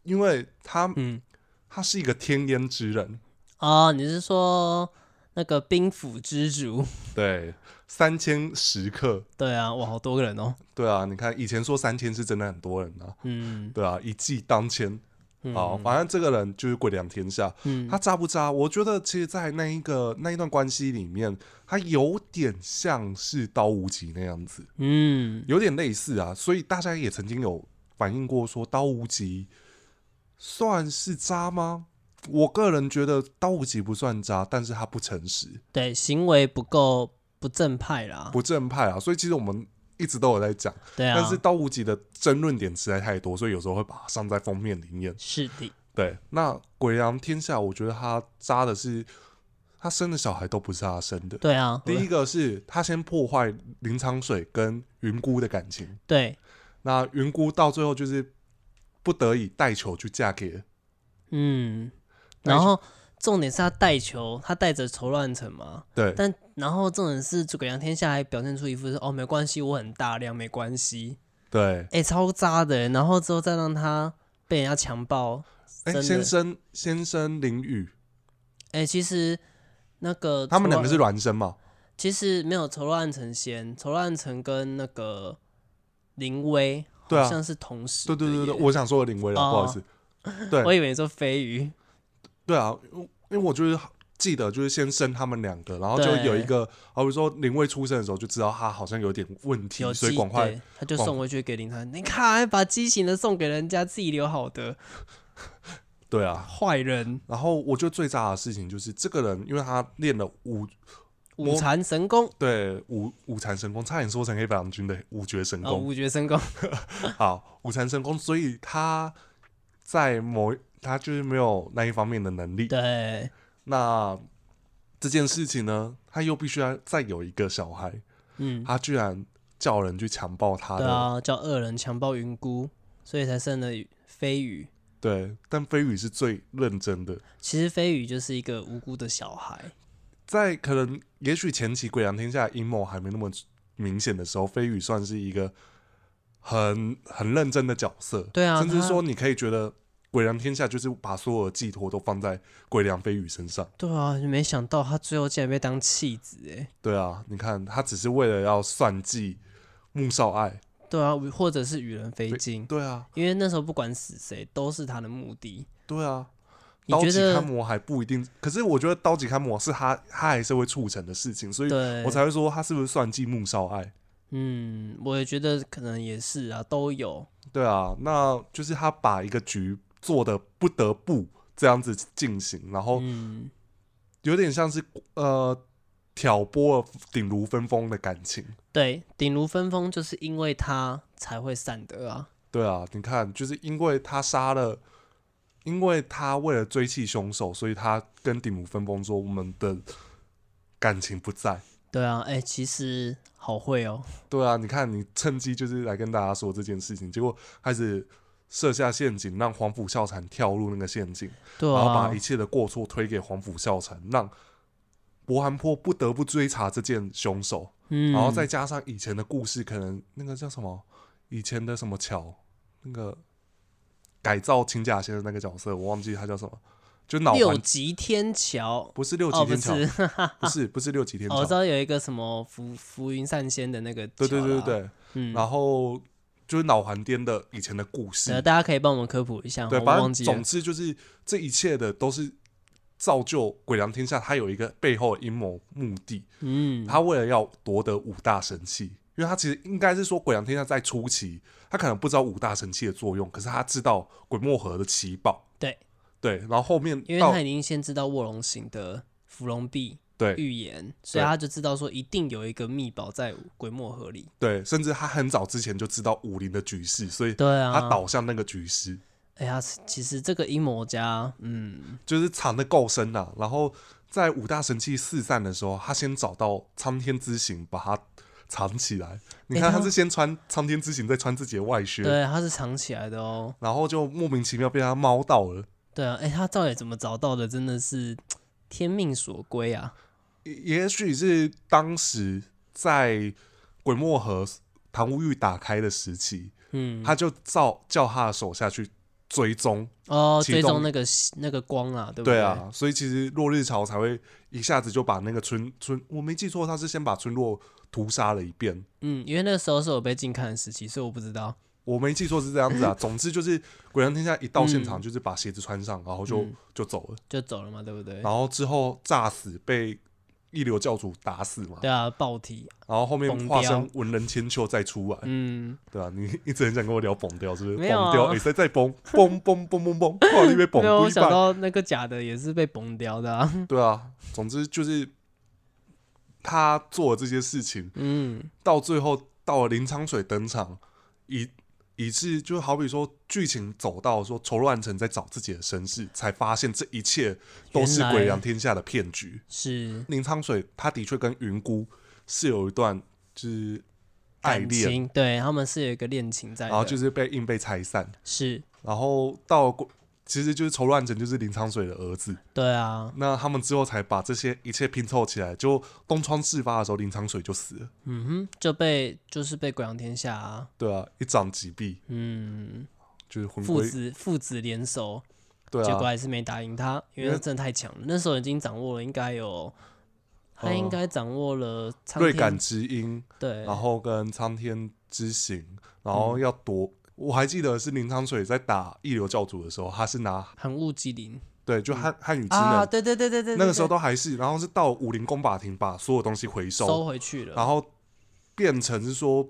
Speaker 1: 因为他
Speaker 2: 嗯，
Speaker 1: 他是一个天烟之人，
Speaker 2: 哦，你是说那个兵府之主？
Speaker 1: 对，三千食客。
Speaker 2: 对啊，哇，好多个人哦。
Speaker 1: 对啊，你看以前说三千是真的很多人啊，
Speaker 2: 嗯，
Speaker 1: 对啊，一骑当千。
Speaker 2: 嗯
Speaker 1: 好，反正这个人就是鬼两天下，
Speaker 2: 嗯
Speaker 1: 他渣不渣？我觉得其实，在那一个那一段关系里面，他有点像是刀无极那样子，
Speaker 2: 嗯，
Speaker 1: 有点类似啊。所以大家也曾经有反映过说，刀无极算是渣吗？我个人觉得刀无极不算渣，但是他不诚实、
Speaker 2: 对，行为不够不正派啦。
Speaker 1: 不正派啊。所以其实我们一直都有在讲，
Speaker 2: 对啊，
Speaker 1: 但是刀无极的争论点实在太多，所以有时候会把它上在封面里面。
Speaker 2: 是的，
Speaker 1: 对，那鬼狼天下，我觉得他渣的是他生的小孩都不是他生的。
Speaker 2: 对啊，
Speaker 1: 第一个是他先破坏林长水跟云姑的感情，
Speaker 2: 对，
Speaker 1: 那云姑到最后就是不得已带球去嫁给，
Speaker 2: 嗯，
Speaker 1: 带球
Speaker 2: 然后重点是他带球，他带着仇乱城嘛。
Speaker 1: 对
Speaker 2: 但然后重点是这个杨天下还表现出一副是哦没关系，我很大量，没关系，
Speaker 1: 对，
Speaker 2: 哎、超渣的欸。然后之后再让他被人家强暴，
Speaker 1: 哎、
Speaker 2: 真的
Speaker 1: 先生先生林雨，
Speaker 2: 哎、其实那个
Speaker 1: 他们
Speaker 2: 仇
Speaker 1: 两
Speaker 2: 乱
Speaker 1: 个是孪生嘛？
Speaker 2: 其实没有仇乱城先，仇乱城跟那个林威
Speaker 1: 对啊
Speaker 2: 好像是同时
Speaker 1: 对啊
Speaker 2: 的耶，
Speaker 1: 对对对，我想说林薇了，
Speaker 2: 哦
Speaker 1: 不好意思，对
Speaker 2: 我以为你说飞鱼，
Speaker 1: 对啊，因为我就是记得就是先生他们两个，然后就
Speaker 2: 对
Speaker 1: 有一个，好比说林蔚出生的时候就知道他好像有点问题
Speaker 2: 有，
Speaker 1: 所以
Speaker 2: 鸡
Speaker 1: 赶快
Speaker 2: 对，他就
Speaker 1: 广
Speaker 2: 送回去给林川。你看，把畸形的送给人家，自己留好的，
Speaker 1: 对啊。
Speaker 2: 坏人，
Speaker 1: 然后我觉得最渣的事情就是这个人，因为他练了五
Speaker 2: 五禅神功哦
Speaker 1: 对五五禅神功，差点说成黑白郎君的五绝神
Speaker 2: 啊，
Speaker 1: 功。
Speaker 2: 五绝神功，
Speaker 1: 好，五禅神功，所以他在某他就是没有那一方面的能力。
Speaker 2: 对，
Speaker 1: 那这件事情呢，他又必须要再有一个小孩，
Speaker 2: 嗯，
Speaker 1: 他居然叫人去强暴他
Speaker 2: 对
Speaker 1: 的，
Speaker 2: 啊，叫恶人强暴云姑，所以才剩了飞鱼。
Speaker 1: 对，但飞宇是最认真的，
Speaker 2: 其实飞鱼就是一个无辜的小孩，
Speaker 1: 在可能也许前期《鬼狼天下》阴谋还没那么明显的时候，飞宇算是一个很很认真的角色，
Speaker 2: 对啊
Speaker 1: 甚至
Speaker 2: 他
Speaker 1: 说你可以觉得《鬼狼天下》就是把所有的寄托都放在鬼良飞宇身上，
Speaker 2: 对啊，没想到他最后竟然被当弃子哎，
Speaker 1: 对啊，你看他只是为了要算计穆少爱，
Speaker 2: 对啊，或者是与人非亲，
Speaker 1: 对啊，
Speaker 2: 因为那时候不管死谁都是他的目的。
Speaker 1: 对啊。
Speaker 2: 你
Speaker 1: 刀
Speaker 2: 觉
Speaker 1: 戟
Speaker 2: 得
Speaker 1: 勘魔还不一定，可是我觉得刀戟勘魔是他他还是会促成的事情，所以
Speaker 2: 对
Speaker 1: 我，才会说他是不是算计穆少爱？
Speaker 2: 嗯，我也觉得可能也是啊，都有。
Speaker 1: 对啊，那就是他把一个局做的不得不这样子进行，然后
Speaker 2: 嗯，
Speaker 1: 有点像是呃挑拨了鼎如分封的感情。
Speaker 2: 对，鼎如分封就是因为他才会散得啊。
Speaker 1: 对啊，你看，就是因为他杀了，因为他为了追弃凶手，所以他跟鼎如分封说我们的感情不在。
Speaker 2: 对啊，哎、其实好会哦。
Speaker 1: 对啊，你看，你趁机就是来跟大家说这件事情，结果开始设下陷阱，让黄甫笑禅跳入那个陷阱。
Speaker 2: 对
Speaker 1: 然后把
Speaker 2: 啊
Speaker 1: 一，切的过错推给黄甫孝成，让伯寒坡不得不追查这件凶手，
Speaker 2: 嗯，
Speaker 1: 然后再加上以前的故事，可能那个叫什么，以前的什么桥，那个改造秦假仙的那个角色，我忘记他叫什么，就脑
Speaker 2: 六
Speaker 1: 环
Speaker 2: 级天桥。
Speaker 1: 不是六
Speaker 2: 哦，
Speaker 1: 级
Speaker 2: 不
Speaker 1: 天桥，
Speaker 2: 是，
Speaker 1: 不是 不是六级天
Speaker 2: 哦我
Speaker 1: 桥
Speaker 2: 知，道有一个什么浮浮云散仙的那个桥啦。
Speaker 1: 对对对对对，
Speaker 2: 嗯，
Speaker 1: 然后就是脑环颠的以前的故事
Speaker 2: 呃，，大家可以帮我们科普一下，
Speaker 1: 对，
Speaker 2: 我
Speaker 1: 反
Speaker 2: 忘
Speaker 1: 正
Speaker 2: 记了
Speaker 1: 总。之就是这一切的都是造就鬼良天下，他有一个背后的阴谋目的。
Speaker 2: 嗯，
Speaker 1: 他为了要夺得五大神器，因为他其实应该是说鬼狼天下在初期，他可能不知道五大神器的作用，可是他知道鬼墨盒的奇宝。
Speaker 2: 对
Speaker 1: 对，然后后面
Speaker 2: 因为
Speaker 1: 到
Speaker 2: 他已经先知道卧龙行的芙蓉壁
Speaker 1: 对
Speaker 2: 预言，所以
Speaker 1: 对
Speaker 2: 他就知道说一定有一个秘宝在鬼墨河里。
Speaker 1: 对，甚至他很早之前就知道武林的局势，所以
Speaker 2: 对啊，
Speaker 1: 他倒向那个局势，
Speaker 2: 哎呀，其实这个阴谋家，嗯，
Speaker 1: 就是藏的够深呐、然后在五大神器四散的时候，他先找到苍天之行，把它藏起来。你
Speaker 2: 诶
Speaker 1: 看，
Speaker 2: 他
Speaker 1: 他是先穿苍天之行，再穿自己的外靴，
Speaker 2: 对，他是藏起来的哦。
Speaker 1: 然后就莫名其妙被他猫到了。
Speaker 2: 对啊，哎，他到底怎么找到的？真的是天命所归啊。
Speaker 1: 也也许是当时在鬼墨河唐无玉打开的时期，
Speaker 2: 嗯，
Speaker 1: 他就照叫他的手下去追踪，
Speaker 2: 哦，
Speaker 1: 启
Speaker 2: 追
Speaker 1: 动
Speaker 2: 踪那个那个光啊，对不
Speaker 1: 对，啊，所以其实落日潮才会一下子就把那个村村，我没记错，他是先把村落屠杀了一遍，
Speaker 2: 嗯，因为那个时候是我被禁看的时期，所以我不知道。
Speaker 1: 我没记错是这样 子啊。总之就是鬼狼天下一到现场就是把鞋子穿上，然后就、
Speaker 2: 嗯哎
Speaker 1: 就走了，
Speaker 2: 就走了嘛，对不 对？
Speaker 1: 然后之后炸死被一流教主打死嘛，
Speaker 2: 对啊，爆体，
Speaker 1: 然后后面
Speaker 2: 疯
Speaker 1: 化
Speaker 2: 掉
Speaker 1: 身文人千秋再出来，
Speaker 2: 嗯，
Speaker 1: 对啊，你一直很想跟我聊崩掉，是不是？崩
Speaker 2: 没有啊
Speaker 1: 掉，哎、再再崩，崩崩崩崩崩，靠你被崩
Speaker 2: 没有，
Speaker 1: 不
Speaker 2: 啊我
Speaker 1: 一
Speaker 2: 想
Speaker 1: 半。
Speaker 2: 到那个假的也是被崩掉的、啊，
Speaker 1: 对啊，总之就是他做了这些事情，
Speaker 2: 嗯，
Speaker 1: 到最后到了林昌水登场，以以致就好比说剧情走到说仇乱臣在找自己的身世，才发现这一切都是
Speaker 2: 原来
Speaker 1: 鬼狼天下的骗局。
Speaker 2: 是
Speaker 1: 林昌水他的确跟云姑是有一段就是爱
Speaker 2: 感
Speaker 1: 恋，
Speaker 2: 情，对他们是有一个恋情在的，
Speaker 1: 然后就是被硬被拆散。
Speaker 2: 是，
Speaker 1: 然后到过其实就是仇乱臣就是林昌水的儿子，
Speaker 2: 对啊，
Speaker 1: 那他们之后才把这些一切拼凑起来。就东窗事发的时候，林昌水就死了，
Speaker 2: 嗯哼，就被就是被鬼狼天下啊，
Speaker 1: 对啊，一掌击毙，
Speaker 2: 嗯，
Speaker 1: 就是魂
Speaker 2: 父
Speaker 1: 归，
Speaker 2: 子父子联手，
Speaker 1: 对
Speaker 2: 结果
Speaker 1: 啊，
Speaker 2: 还是没打赢他，因
Speaker 1: 因
Speaker 2: 为
Speaker 1: 为
Speaker 2: 真的太强了，那时候已经掌握了，应该有。他
Speaker 1: 呃
Speaker 2: 应该掌握了苍
Speaker 1: 瑞
Speaker 2: 天
Speaker 1: 感之音，
Speaker 2: 对，嗯
Speaker 1: 然后跟苍天之行，然后要夺。我还记得是林昌水在打一流教主的时候，他是拿
Speaker 2: 寒雾机灵
Speaker 1: 对就汉汉语之
Speaker 2: 啊，
Speaker 1: 能，
Speaker 2: 对对对对对，
Speaker 1: 那个时候
Speaker 2: 对
Speaker 1: 都还是，然后是到武林公法庭把所有东西回收，
Speaker 2: 收回去了，
Speaker 1: 然后变成是说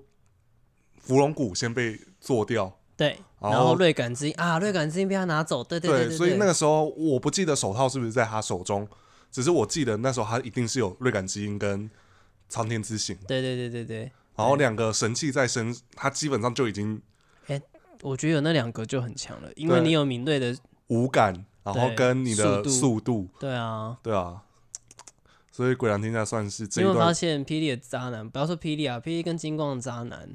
Speaker 1: 芙蓉谷先被做掉，
Speaker 2: 对，
Speaker 1: 然
Speaker 2: 然后
Speaker 1: 后
Speaker 2: 瑞感之音啊，瑞感之音被他拿走，对对对，
Speaker 1: 所以
Speaker 2: 对
Speaker 1: 那个时候我不记得手套是不是在他手中，只是我记得那时候他一定是有瑞感之音跟苍天之行，
Speaker 2: 对对对对对，
Speaker 1: 然后两个神器在身，他基本上就已经
Speaker 2: 我觉得有那两个就很强了，因为
Speaker 1: 对
Speaker 2: 你有敏锐的，
Speaker 1: 无感，然后
Speaker 2: 对
Speaker 1: 跟你的
Speaker 2: 速度
Speaker 1: 速度，
Speaker 2: 对啊，
Speaker 1: 对啊，所以鬼狼天下算是这
Speaker 2: 你有
Speaker 1: 一
Speaker 2: 没有发
Speaker 1: 段
Speaker 2: 现霹雳的渣男，不要说霹雳啊，霹雳跟金光的渣男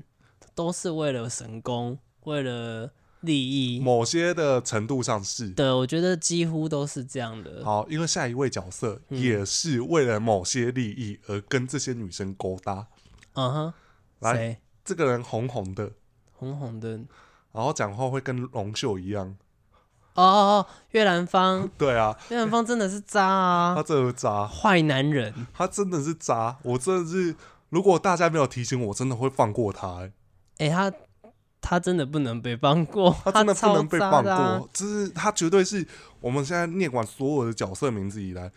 Speaker 2: 都是为了神功，为了利益，
Speaker 1: 某些的程度上是。
Speaker 2: 对，我觉得几乎都是这样的，
Speaker 1: 好，因为下一位角色
Speaker 2: 嗯
Speaker 1: 也是为了某些利益而跟这些女生勾搭。
Speaker 2: 嗯哼，
Speaker 1: 来
Speaker 2: 谁
Speaker 1: 这个人红红的，
Speaker 2: 红红的？
Speaker 1: 然后讲话会跟龙秀一样。
Speaker 2: 哦哦哦，岳兰芳，
Speaker 1: 对啊，
Speaker 2: 岳兰芳真的是渣啊
Speaker 1: 他，这个渣，
Speaker 2: 坏男人。
Speaker 1: 他真的是渣。我真的是，如果大家没有提醒我，真的会放过他、欸。
Speaker 2: 哎、他他真的不能被放过，
Speaker 1: 他真的不能被放
Speaker 2: 超渣的啊
Speaker 1: 过，这是他绝对是我们现在念完所有的角色名字以来，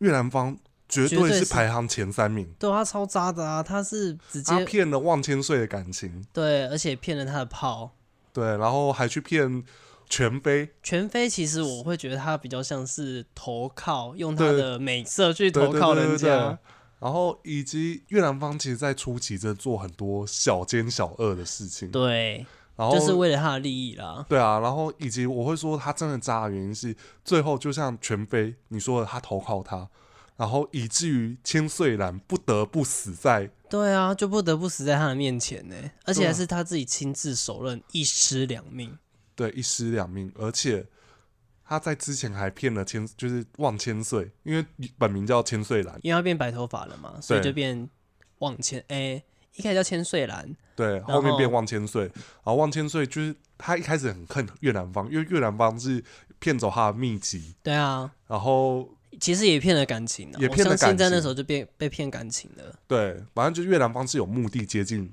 Speaker 1: 越南方绝
Speaker 2: 绝
Speaker 1: 对
Speaker 2: 对
Speaker 1: 是
Speaker 2: 是
Speaker 1: 排行前三名。
Speaker 2: 对他超渣的啊，他是直
Speaker 1: 他
Speaker 2: 接
Speaker 1: 骗了万千岁的感情，
Speaker 2: 对，而且骗了他的炮。
Speaker 1: 对，然后还去骗全妃，
Speaker 2: 全飞其实我会觉得他比较像是投靠，用他
Speaker 1: 对
Speaker 2: 的美色去
Speaker 1: 对
Speaker 2: 投靠人
Speaker 1: 对对
Speaker 2: 家。
Speaker 1: 对对然后以及越南方其实，在初期真的做很多小奸小恶的事情，
Speaker 2: 对
Speaker 1: 然后
Speaker 2: 就是为了他的利益啦。
Speaker 1: 对啊，然后以及我会说他真的渣的原因是，最后就像全飞你说的，他投靠他，然后以至于千岁兰不得不死在
Speaker 2: 对啊，就不得不死在他的面前呢，而且
Speaker 1: 对啊
Speaker 2: 还是他自己亲自手刃，一尸两命。
Speaker 1: 对一尸两命，而且他在之前还骗了千，就是望千岁，因为本名叫千岁兰，
Speaker 2: 因为他变白头发了嘛，所以
Speaker 1: 对
Speaker 2: 就变望千哎、一开始叫千岁兰，
Speaker 1: 对，
Speaker 2: 后
Speaker 1: 后面变望千岁，然后望千岁就是他一开始很恨越南方，因为越南方是骗走他的秘籍，
Speaker 2: 对啊，
Speaker 1: 然后
Speaker 2: 其实也骗了感情啊，
Speaker 1: 也骗了
Speaker 2: 我相信
Speaker 1: 感情
Speaker 2: 在那时候就变被骗感情了。
Speaker 1: 对，反正就是越南方是有目的接近，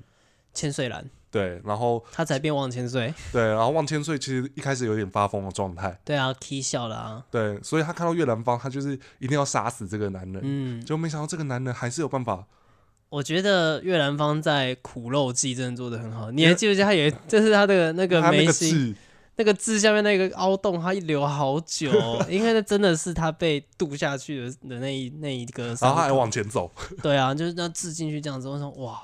Speaker 2: 千岁兰，
Speaker 1: 对，然后
Speaker 2: 他才变望千 岁，
Speaker 1: 对，然后望千岁其实一开始有点发疯的状态，
Speaker 2: 对啊，K 笑了啊，
Speaker 1: 对，所以他看到越南方，他就是一定要杀死这个男人，
Speaker 2: 嗯，
Speaker 1: 就没想到这个男人还是有办法，
Speaker 2: 我觉得越南方在苦肉计真的做的很好，你还记不记得他也就是他的那个
Speaker 1: 他那
Speaker 2: 眉
Speaker 1: 个
Speaker 2: 心
Speaker 1: 痣，
Speaker 2: 那个痣下面那个凹洞，他一留好 久哦，因为那真的是他被渡下去的的那一那一个
Speaker 1: 然
Speaker 2: 伤口，
Speaker 1: 后他还往前走，
Speaker 2: 对啊，就是那刺进去这样子，我想 哇，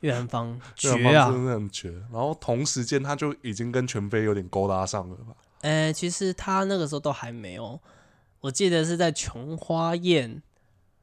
Speaker 2: 越南方绝
Speaker 1: 越南方
Speaker 2: 啊！
Speaker 1: 真的很绝。然后同时间他就已经跟全飞有点勾搭上了吧？
Speaker 2: 哎、其实他那个时候都还没有，我记得是在琼花宴，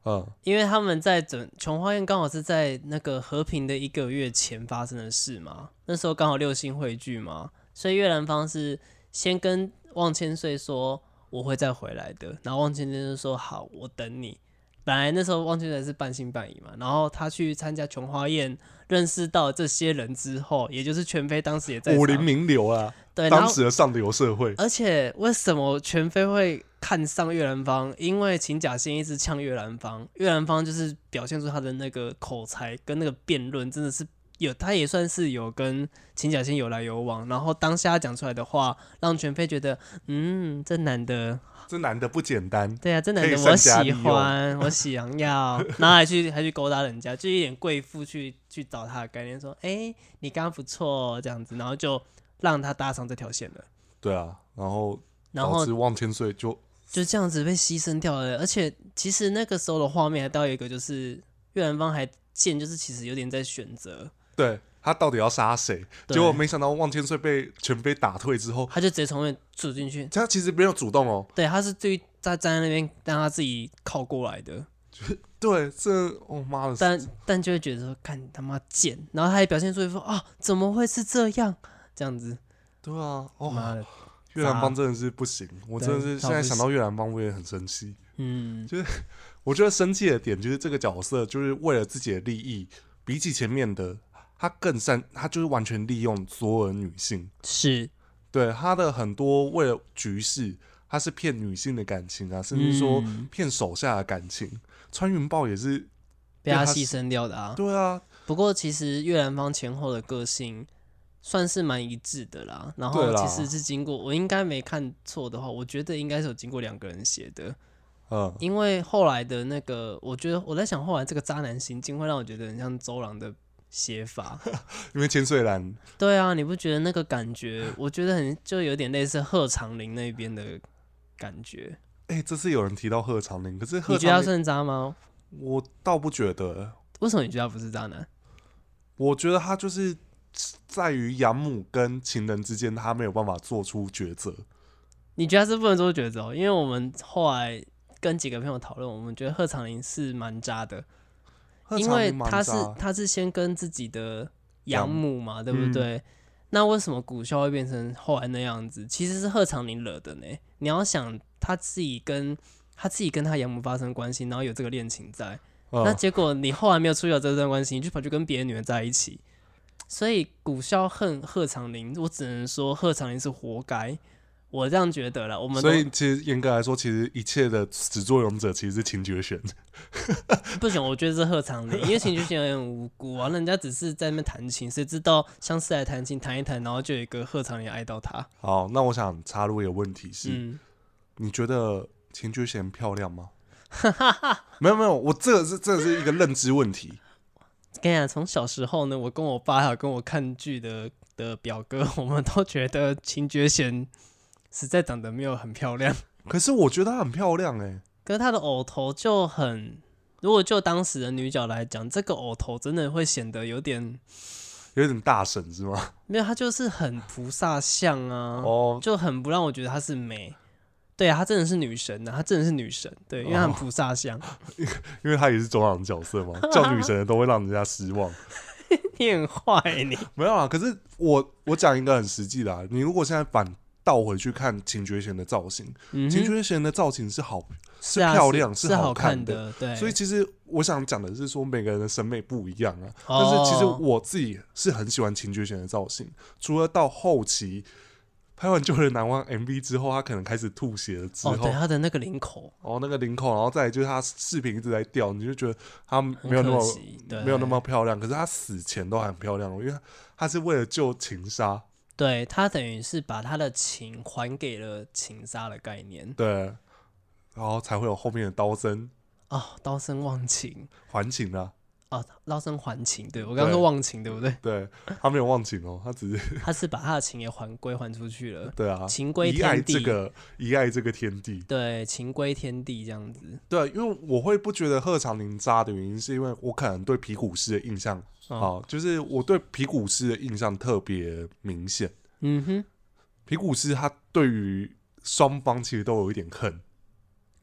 Speaker 1: 嗯，
Speaker 2: 因为他们在整琼花宴刚好是在那个和平的一个月前发生的事嘛，那时候刚好六星汇聚嘛，所以越南方是先跟望千岁说我会再回来的，然后望千岁就说好，我等你。本来那时候望千岁是半信半疑嘛，然后他去参加琼花宴，认识到这些人之后，也就是全飞当时也在场
Speaker 1: 武林名流啊，
Speaker 2: 对，然
Speaker 1: 当
Speaker 2: 后
Speaker 1: 时的上流社会，
Speaker 2: 而且为什么全飞会看上越南方？因为秦假仙一直呛越南方，越南方就是表现出他的那个口才跟那个辩论真的是有，他也算是有跟秦假仙有来有往。然后当下他讲出来的话，让全飞觉得，嗯，这男的，
Speaker 1: 这男的不简单，
Speaker 2: 对啊，这男
Speaker 1: 可以
Speaker 2: 的
Speaker 1: 善
Speaker 2: 我
Speaker 1: 加
Speaker 2: 喜
Speaker 1: 利用
Speaker 2: 欢，我想要，然后还去还去勾搭人家，就一点贵妇去去找他的概念，说，哎、你刚刚不错哦这样子，然后就让他搭上这条线了。
Speaker 1: 对啊。然后
Speaker 2: 然
Speaker 1: 导
Speaker 2: 后
Speaker 1: 致望千岁就
Speaker 2: 就这样子被牺牲掉了。而且其实那个时候的画面还到一个，就是越南方还见，就是其实有点在选择，
Speaker 1: 对他到底要杀谁？
Speaker 2: 对
Speaker 1: 结果没想到望千岁被全飞打退之后，
Speaker 2: 他就直接从外面走进去。
Speaker 1: 他其实没有主动哦。
Speaker 2: 对，他是最在站在那边让他自己靠过来的，
Speaker 1: 对，这哦妈的，
Speaker 2: 但但就会觉得说，看你他妈贱，然后他也表现出一副啊，怎么会是这样这样子？
Speaker 1: 对啊，哦
Speaker 2: 妈的，
Speaker 1: 越南帮真的是不行，我真的是
Speaker 2: 对
Speaker 1: 现在想到越南帮，我也很生气。
Speaker 2: 嗯，
Speaker 1: 我觉得生气的点就是这个角色就是为了自己的利益，比起前面的他更善，他就是完全利用所有的女性，
Speaker 2: 是，
Speaker 1: 对他的很多为了局势，他是骗女性的感情啊，甚至说
Speaker 2: 嗯
Speaker 1: 骗手下的感情。穿云豹也是，
Speaker 2: 被他
Speaker 1: 对他
Speaker 2: 牺牲掉的啊。
Speaker 1: 对啊，
Speaker 2: 不过其实越南方前后的个性算是蛮一致的啦。然
Speaker 1: 对
Speaker 2: 后
Speaker 1: 啦
Speaker 2: 其实是经过我应该没看错的话，我觉得应该是有经过两个人写的，
Speaker 1: 嗯，
Speaker 2: 因为后来的那个，我觉得我在想后来这个渣男行径会让我觉得很像周郎的写法。
Speaker 1: 因为千岁兰
Speaker 2: 对啊，你不觉得那个感觉？我觉得很就有点类似贺长林那边的感觉。
Speaker 1: 哎、这次有人提到贺长林，可是
Speaker 2: 你
Speaker 1: 贺
Speaker 2: 觉得
Speaker 1: 长
Speaker 2: 他
Speaker 1: 林，
Speaker 2: 算渣吗？
Speaker 1: 我倒不觉得，
Speaker 2: 为什么你觉得他不是渣男？
Speaker 1: 我觉得他就是在于养母跟情人之间，他没有办法做出抉择。
Speaker 2: 你觉得他是不能做抉择哦？因为我们后来跟几个朋友讨论，我们觉得贺长林是蛮渣的，
Speaker 1: 贺
Speaker 2: 因
Speaker 1: 长
Speaker 2: 为
Speaker 1: 林蛮
Speaker 2: 他是
Speaker 1: 渣
Speaker 2: 他是先跟自己的
Speaker 1: 养
Speaker 2: 养母嘛，对不
Speaker 1: 嗯
Speaker 2: 对？那为什么古孝会变成后来那样子？其实是贺长林惹的呢。你要想他自己跟他自己跟他养母发生关系，然后有这个恋情在，那
Speaker 1: 嗯，
Speaker 2: 结果你后来没有处理好这段关系，你就跑去跟别的女人在一起。所以古孝恨贺长林，我只能说贺长林是活该，我这样觉得了。我们都
Speaker 1: 所以其实严格来说，其实一切的始作俑者其实是秦觉选。
Speaker 2: 不行，我觉得是贺长林，因为情绪显得很无辜啊，人家只是在那边弹琴，谁知道相思来弹琴弹一弹，然后就有一个贺长林爱到他。
Speaker 1: 好，那我想插入一个问题是，
Speaker 2: 嗯，
Speaker 1: 你觉得秦觉贤漂亮 吗？没有没有，我这个是这个是一个认知问题。
Speaker 2: 跟你讲，从小时候呢，我跟我爸还有跟我看剧的的表哥， 我们都觉得秦觉贤实在长得没有很漂亮。
Speaker 1: 可是我觉得她很漂亮哎、
Speaker 2: 可是她的偶头就很，如果就当时的女角来讲，这个偶头真的会显得有点
Speaker 1: 有点大神是吗？
Speaker 2: 没有，她就是很菩萨像啊，
Speaker 1: 哦，
Speaker 2: 就很不让我觉得她是美。对啊，她真的是女神呐、啊，她真的是女神，对，因为她
Speaker 1: 哦
Speaker 2: 很菩萨像。
Speaker 1: 因为她也是中场角色嘛，叫女神的都会让人家失望。
Speaker 2: 你很坏 欸你，
Speaker 1: 没有啊，可是我我讲一个很实际的、啊，你如果现在反倒回去看秦觉贤的造型，
Speaker 2: 嗯
Speaker 1: 秦
Speaker 2: 哼，
Speaker 1: 觉贤的造型是好，
Speaker 2: 是啊
Speaker 1: 漂亮
Speaker 2: 是
Speaker 1: 是好
Speaker 2: 好
Speaker 1: 看
Speaker 2: 的，对，
Speaker 1: 所以其实我想讲的是说每个人的审美不一样啊。但
Speaker 2: 哦
Speaker 1: 是其实我自己是很喜欢秦觉贤的造型，除了到后期拍完《旧人难忘》MV 之后，他可能开始吐血了之后，
Speaker 2: 哦，对，她的那个领口
Speaker 1: 哦，那个领口，然后再来就是他视频一直在掉，你就觉得他
Speaker 2: 很
Speaker 1: 没有那
Speaker 2: 可
Speaker 1: 么
Speaker 2: 惜，对，
Speaker 1: 没有那么漂亮，可是他死前都还很漂亮，因为他是为了救情杀，
Speaker 2: 对，她等于是把她的情还给了情杀的概念
Speaker 1: 对，然后才会有后面的刀针
Speaker 2: 哦，刀身忘情。
Speaker 1: 还情啊，
Speaker 2: 哦，捞生还情，对我刚
Speaker 1: 对
Speaker 2: 刚说忘情，对不对？
Speaker 1: 对他没有忘情哦，他只是，
Speaker 2: 他是把他的情也还归还出去了
Speaker 1: 对啊，
Speaker 2: 情归
Speaker 1: 遗爱
Speaker 2: 天
Speaker 1: 这
Speaker 2: 地。
Speaker 1: 个遗爱这个天地，
Speaker 2: 对，情归天地这样子。
Speaker 1: 对啊，因为我会不觉得贺长林渣的原因，是因为我可能对皮古斯的印象
Speaker 2: 哦，
Speaker 1: 啊，就是我对皮古斯的印象特别明显。
Speaker 2: 嗯哼，
Speaker 1: 皮古斯他对于双方其实都有一点恨，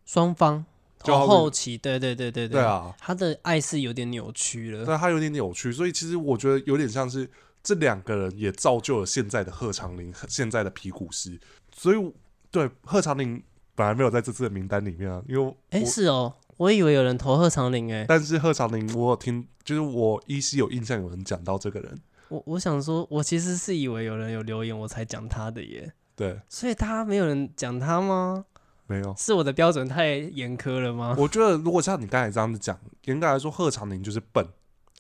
Speaker 2: 双方
Speaker 1: 就好
Speaker 2: 哦
Speaker 1: 比
Speaker 2: 后期，对对对对
Speaker 1: 对，啊，
Speaker 2: 他的爱是有点扭曲了。
Speaker 1: 但他有点扭曲，所以其实我觉得有点像是这两个人也造就了现在的贺长林，现在的皮古斯。所以对贺长林本来没有在这次的名单里面啊，因为我
Speaker 2: 哎，是哦，我以为有人投贺长林哎，
Speaker 1: 但是贺长林我有听，就是我依稀有印象有人讲到这个人，
Speaker 2: 我我想说，我其实是以为有人有留言，我才讲他的耶。
Speaker 1: 对，
Speaker 2: 所以他没有人讲他吗？
Speaker 1: 没有。
Speaker 2: 是我的标准太严苛了吗？
Speaker 1: 我觉得如果像你刚才这样子讲，严格来说，贺长林就是笨，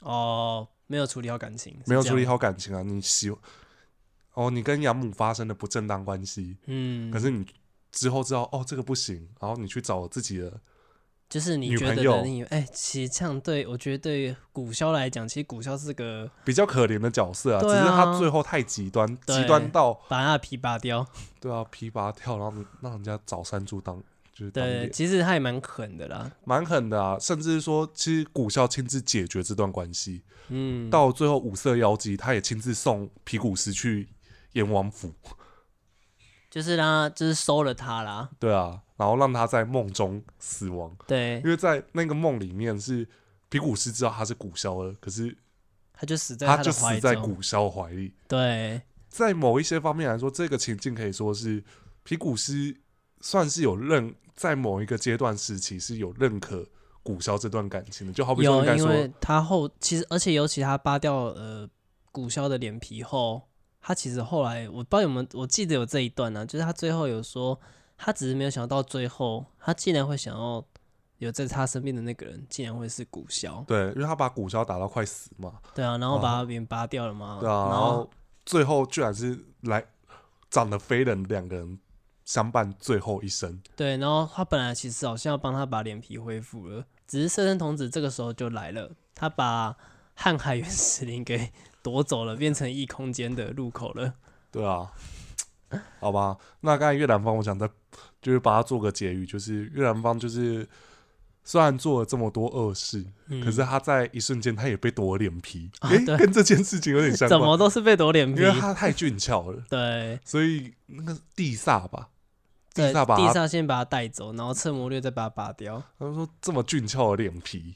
Speaker 2: 哦，没有处理好感情，是
Speaker 1: 没有
Speaker 2: 这
Speaker 1: 处理
Speaker 2: 样，
Speaker 1: 好感情啊。你喜哦，你跟养母发生了不正当关系，
Speaker 2: 嗯，
Speaker 1: 可是你之后知道哦这个不行，然后你去找自己的，
Speaker 2: 就是你
Speaker 1: 女
Speaker 2: 觉
Speaker 1: 朋
Speaker 2: 得
Speaker 1: 友
Speaker 2: 的另一哎、其实这样对我觉得对古萧来讲，其实古萧是个
Speaker 1: 比较可怜的角色啊，只
Speaker 2: 对啊
Speaker 1: 是他最后太极端，
Speaker 2: 对
Speaker 1: 极端到
Speaker 2: 把他的皮拔掉，
Speaker 1: 对啊皮拔跳，然后让人家找山猪当就是当
Speaker 2: 对，
Speaker 1: 脸，
Speaker 2: 其实他也蛮狠的啦，
Speaker 1: 蛮狠的啊。甚至说，其实古孝亲自解决这段关系，
Speaker 2: 嗯，
Speaker 1: 到最后五色妖姬他也亲自送皮古斯去阎王府，
Speaker 2: 就是让他就是收了他啦，
Speaker 1: 对啊，然后让他在梦中死亡，
Speaker 2: 对
Speaker 1: 因，为在那个梦里面是皮古斯知道他是古萧了，可是
Speaker 2: 他就死在
Speaker 1: 他
Speaker 2: 的
Speaker 1: 就
Speaker 2: 怀
Speaker 1: 死在
Speaker 2: 中，
Speaker 1: 古萧怀里。
Speaker 2: 对，
Speaker 1: 在某一些方面来说，这个情境可以说是皮古斯算是有认，在某一个阶段时期是有认可古萧这段感情的，就好比说
Speaker 2: 有
Speaker 1: 应该
Speaker 2: 因
Speaker 1: 说
Speaker 2: 为他后其实而且尤其他扒掉呃古萧的脸皮后，他其实后来我不知道有没有我记得有这一段呢、就是他最后有说他只是没有想到最后他竟然会想要有在他身边的那个人竟然会是古萧。
Speaker 1: 对，因为他把古萧打到快死嘛，
Speaker 2: 对啊，然后
Speaker 1: 啊
Speaker 2: 把他脸拔掉了嘛。
Speaker 1: 对啊，然
Speaker 2: 然
Speaker 1: 后最后居然是来长得飞人两个人相伴最后一生。
Speaker 2: 对，然后他本来其实好像要帮他把脸皮恢复了，只是色身童子这个时候就来了，他把瀚海原始林给夺走了，变成异空间的入口了。
Speaker 1: 对啊， 好吧，那刚才越南方，我想再就是把它做个结语，就是越南方就是虽然做了这么多恶事，
Speaker 2: 嗯
Speaker 1: 可是他在一瞬间他也被夺了脸皮，
Speaker 2: 啊
Speaker 1: 诶，
Speaker 2: 对
Speaker 1: 跟这件事情有点相
Speaker 2: 怎
Speaker 1: 关，
Speaker 2: 么都是被夺脸皮
Speaker 1: 因。为他太俊俏了，
Speaker 2: 对
Speaker 1: 所以那个地煞吧，地
Speaker 2: 对，
Speaker 1: 煞把
Speaker 2: 地
Speaker 1: 他
Speaker 2: 煞先把他带走，然后侧魔略再把他拔掉。
Speaker 1: 他们说这么俊俏的脸皮，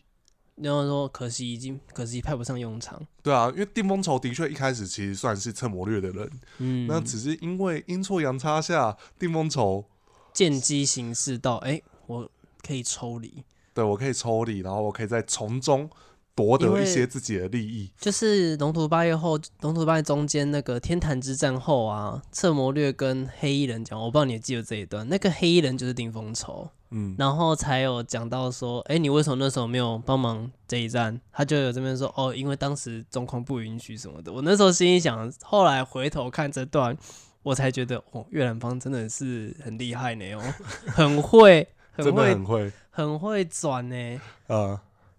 Speaker 2: 然后说可惜已经可惜派不上用场。
Speaker 1: 对啊，因为定风仇的确一开始其实算是趁谋略的人，
Speaker 2: 嗯，
Speaker 1: 那只是因为阴错阳差下，定风仇
Speaker 2: 见机行事到，哎、我可以抽离，
Speaker 1: 对我可以抽离，然后我可以在从中夺
Speaker 2: 因
Speaker 1: 得
Speaker 2: 为
Speaker 1: 一些自己的利益。
Speaker 2: 就是龙图八月后，龙图八月中间那个天坛之战后啊，策谋略跟黑衣人讲，我不知道你还记得这一段，那个黑衣人就是定风仇，
Speaker 1: 嗯，
Speaker 2: 然后才有讲到说，哎、你为什么那时候没有帮忙这一战？他就有这边说，哦，因为当时状况不允许什么的。我那时候心里想，后来回头看这段，我才觉得，哦，越南方真的是很厉害呢，哦，很会，很
Speaker 1: 真的
Speaker 2: 会
Speaker 1: 很会，
Speaker 2: 很会转呢、
Speaker 1: 呃，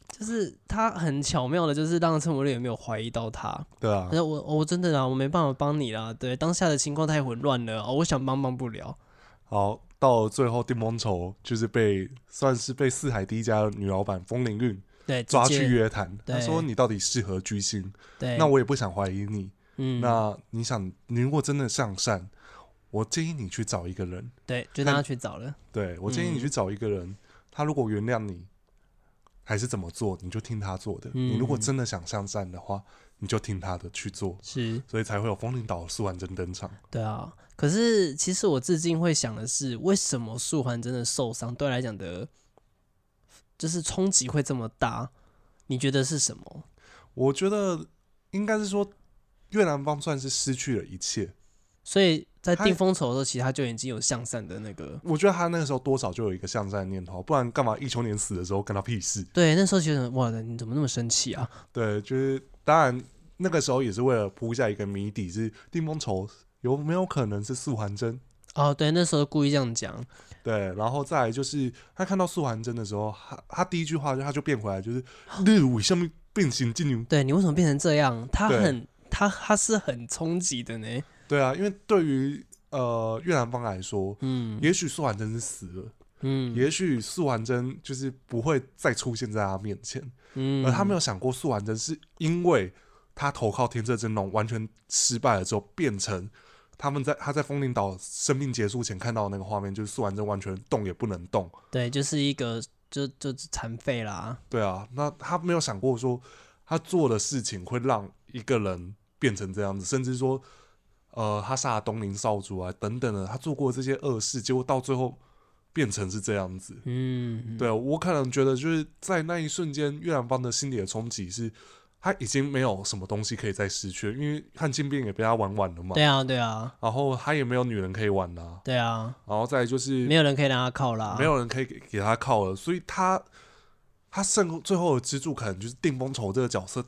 Speaker 2: 就是他很巧妙的，就是让陈柏霖也没有怀疑到他。
Speaker 1: 对啊
Speaker 2: 他，说我我真的啦，我没办法帮你啦，对，当下的情况太混乱了，哦，我想帮帮不了。
Speaker 1: 好，到了最后，定风仇就是被算是被四海第一家的女老板风铃韵
Speaker 2: 对，直
Speaker 1: 抓
Speaker 2: 接
Speaker 1: 去约谈，
Speaker 2: 对
Speaker 1: 她说你到底适合居心，
Speaker 2: 对，
Speaker 1: 那我也不想怀疑你，
Speaker 2: 嗯，
Speaker 1: 那你想你如果真的向善，我建议你去找一个人，
Speaker 2: 对，就让他去找了。
Speaker 1: 对我建议你去找一个人，他如果原谅你，还是怎么做，你就听他做的。你如果
Speaker 2: 嗯
Speaker 1: 真的想向善的话，你就听他的去做，
Speaker 2: 是，
Speaker 1: 所以才会有风铃岛的苏婉珍登场。
Speaker 2: 对啊。可是其实我至今会想的是，为什么素环真的受伤，对他来讲的，就是冲击会这么大？你觉得是什么？
Speaker 1: 我觉得应该是说，越南方算是失去了一切。
Speaker 2: 所以在
Speaker 1: 他
Speaker 2: 定风仇的时候，其实他就已经有向善的那个。
Speaker 1: 我觉得他那个时候多少就有一个向善的念头，不然干嘛一秋年死的时候跟他屁事？
Speaker 2: 对，那时候觉得哇，你怎么那么生气啊？
Speaker 1: 对，就是当然那个时候也是为了铺下一个谜底，是定风仇有没有可能是素还真？
Speaker 2: 哦，对，那时候故意这样讲，
Speaker 1: 对，然后再来就是他看到素还真的时候，他他第一句话就他就变回来， 就是日为什么变形金牛？
Speaker 2: 对你为什么变成这样？他
Speaker 1: 对
Speaker 2: 很他他是很冲击的呢，
Speaker 1: 对啊，因为对于呃越南方来说，
Speaker 2: 嗯
Speaker 1: 也许素还真是死了，
Speaker 2: 嗯
Speaker 1: 也许素还真就是不会再出现在他面前，
Speaker 2: 嗯，
Speaker 1: 而他没有想过素还真是因为他投靠天色真龙完全失败了之后，变成他们在他在风铃岛生命结束前看到的那个画面，就是素还真完全动也不能动。
Speaker 2: 对，就是一个就就是残废啦，
Speaker 1: 对啊，那他没有想过说他做的事情会让一个人变成这样子，甚至说，呃，他杀了东陵少主啊等等的，他做过这些恶事，结果到最后变成是这样子。
Speaker 2: 嗯，
Speaker 1: 对啊我可能觉得就是在那一瞬间，越南方的心理的冲击是，他已经没有什么东西可以再失去了，因为汉金兵也被他玩完了嘛，
Speaker 2: 对啊对啊
Speaker 1: 然后他也没有女人可以玩啦、
Speaker 2: 对啊，
Speaker 1: 然后再来就是
Speaker 2: 没有人可以让他靠啦，
Speaker 1: 没，有人可以给给他靠了，所以他他剩最后的支柱可能就是定风仇这个角色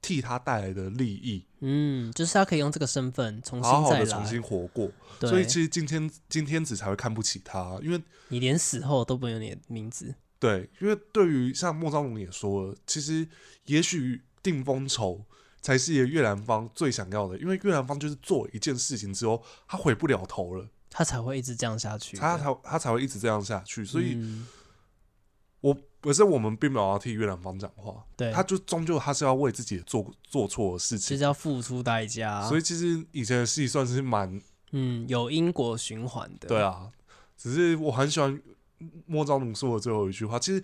Speaker 1: 替他带来的利益，
Speaker 2: 嗯，就是他可以用这个身份重
Speaker 1: 好
Speaker 2: 新
Speaker 1: 好
Speaker 2: 再
Speaker 1: 的
Speaker 2: 来，
Speaker 1: 重新活过。
Speaker 2: 对，
Speaker 1: 所以其实今天今天子才会看不起他，因为
Speaker 2: 你连死后都不用你的名字，
Speaker 1: 对，因为对于像莫昭龙也说了，其实也许定风仇才是越南方最想要的，因为越南方就是做一件事情之后，他回不了头了，
Speaker 2: 他才会一直这样下去的，
Speaker 1: 他才他才会一直这样下去，所以。
Speaker 2: 嗯
Speaker 1: 我可是我们并没有要替越南方讲话，
Speaker 2: 对
Speaker 1: 他就终究他是要为自己做做错的事
Speaker 2: 就
Speaker 1: 情
Speaker 2: 是，要付出代价，
Speaker 1: 所
Speaker 2: 以
Speaker 1: 以其实以前的戏算是蛮
Speaker 2: 嗯，有因果循环的，
Speaker 1: 对啊，只是我很喜欢莫昭奴说的最后一句话，其实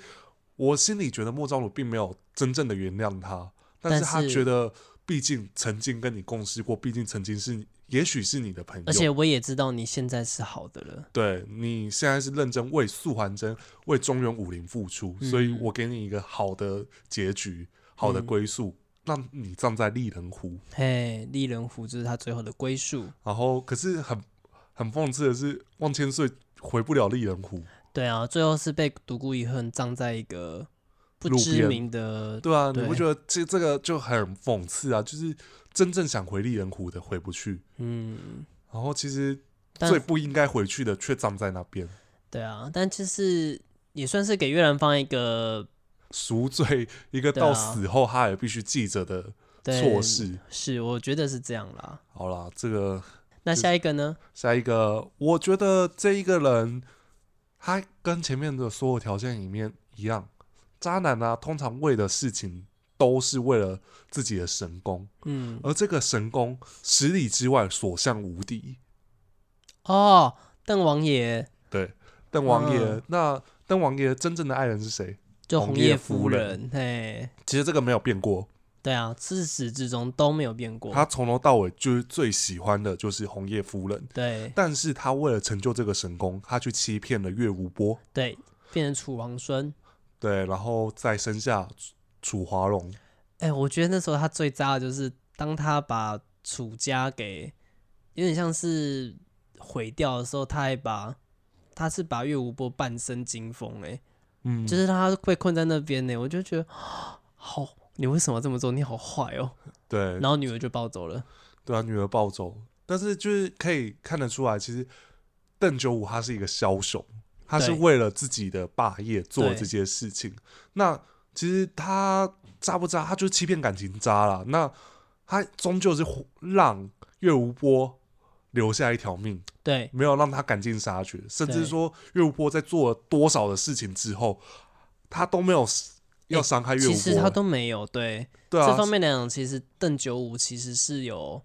Speaker 1: 我心里觉得莫昭奴并没有真正的原谅他，但是他
Speaker 2: 但是
Speaker 1: 觉得毕竟曾经跟你共事过，毕竟曾经是也许是你的朋
Speaker 2: 而且
Speaker 1: 友。
Speaker 2: 我也知道你现在是好的了，
Speaker 1: 对你现在是认真为素还真、为中原武林付出，所以
Speaker 2: 嗯
Speaker 1: 我给你一个好的结局、好的
Speaker 2: 嗯
Speaker 1: 归宿，让你站在丽人湖。
Speaker 2: 嘿，利人湖就是他最后的归宿。
Speaker 1: 然后可是很很讽刺的是，万千岁回不了丽人湖，
Speaker 2: 对啊，最后是被独孤一恨葬在一个不
Speaker 1: 路
Speaker 2: 知
Speaker 1: 边
Speaker 2: 名的，
Speaker 1: 对啊，你不
Speaker 2: 对
Speaker 1: 觉得这这个就很讽刺啊？就是真正想回丽人湖的回不去，
Speaker 2: 嗯，
Speaker 1: 然后其实
Speaker 2: 但
Speaker 1: 最不应该回去的却葬在那边，
Speaker 2: 对啊，但就是也算是给越南方一个
Speaker 1: 赎罪一个
Speaker 2: 对啊
Speaker 1: 到死后他也必须记着的
Speaker 2: 对
Speaker 1: 错，事。
Speaker 2: 是我觉得是这样啦。
Speaker 1: 好啦，这个
Speaker 2: 那
Speaker 1: 就
Speaker 2: 下一个呢？
Speaker 1: 下一个，我觉得这一个人他跟前面的所有条件里面一样，渣男啊，通常为的事情都是为了自己的神功，
Speaker 2: 嗯，
Speaker 1: 而这个神功十里之外所向无敌。
Speaker 2: 哦，邓王爷
Speaker 1: 对，邓王爷。
Speaker 2: 嗯
Speaker 1: 那邓王爷真正的爱人是谁？
Speaker 2: 就
Speaker 1: 红
Speaker 2: 红
Speaker 1: 叶
Speaker 2: 叶
Speaker 1: 夫
Speaker 2: 夫
Speaker 1: 人
Speaker 2: 人，嘿，
Speaker 1: 其实这个没有变过，
Speaker 2: 对啊，自始至终都没有变过。
Speaker 1: 他从头到尾就是最喜欢的就是红叶夫人，
Speaker 2: 对
Speaker 1: 但是他为了成就这个神功，他去欺骗了岳无波，
Speaker 2: 对，变成楚王孙。
Speaker 1: 对，然后再生下楚楚华龙，
Speaker 2: 哎、我觉得那时候他最渣的就是，当他把楚家给有点像是毁掉的时候，他还把他是把岳无波半身惊风、欸，
Speaker 1: 嗯，
Speaker 2: 就是让他被困在那边呢、我就觉得好，你为什么这么做？你好坏哦、
Speaker 1: 对，
Speaker 2: 然后女儿就抱走了。
Speaker 1: 对啊，女儿暴走，但是就是可以看得出来，其实邓九五他是一个枭雄，他是
Speaker 2: 对
Speaker 1: 为了自己的霸业做
Speaker 2: 对
Speaker 1: 这些事情。那其实他渣不渣，他就是欺骗感情渣啦。那他终究是活让岳无波留下一条命，
Speaker 2: 对
Speaker 1: 没有让他赶尽杀绝，甚至
Speaker 2: 对
Speaker 1: 说岳无波在做了多少的事情之后，他都没有要
Speaker 2: 欸
Speaker 1: 伤害岳无
Speaker 2: 其
Speaker 1: 波、
Speaker 2: 实他都没有对
Speaker 1: 对啊，
Speaker 2: 这方面来讲，其实邓九五其实是有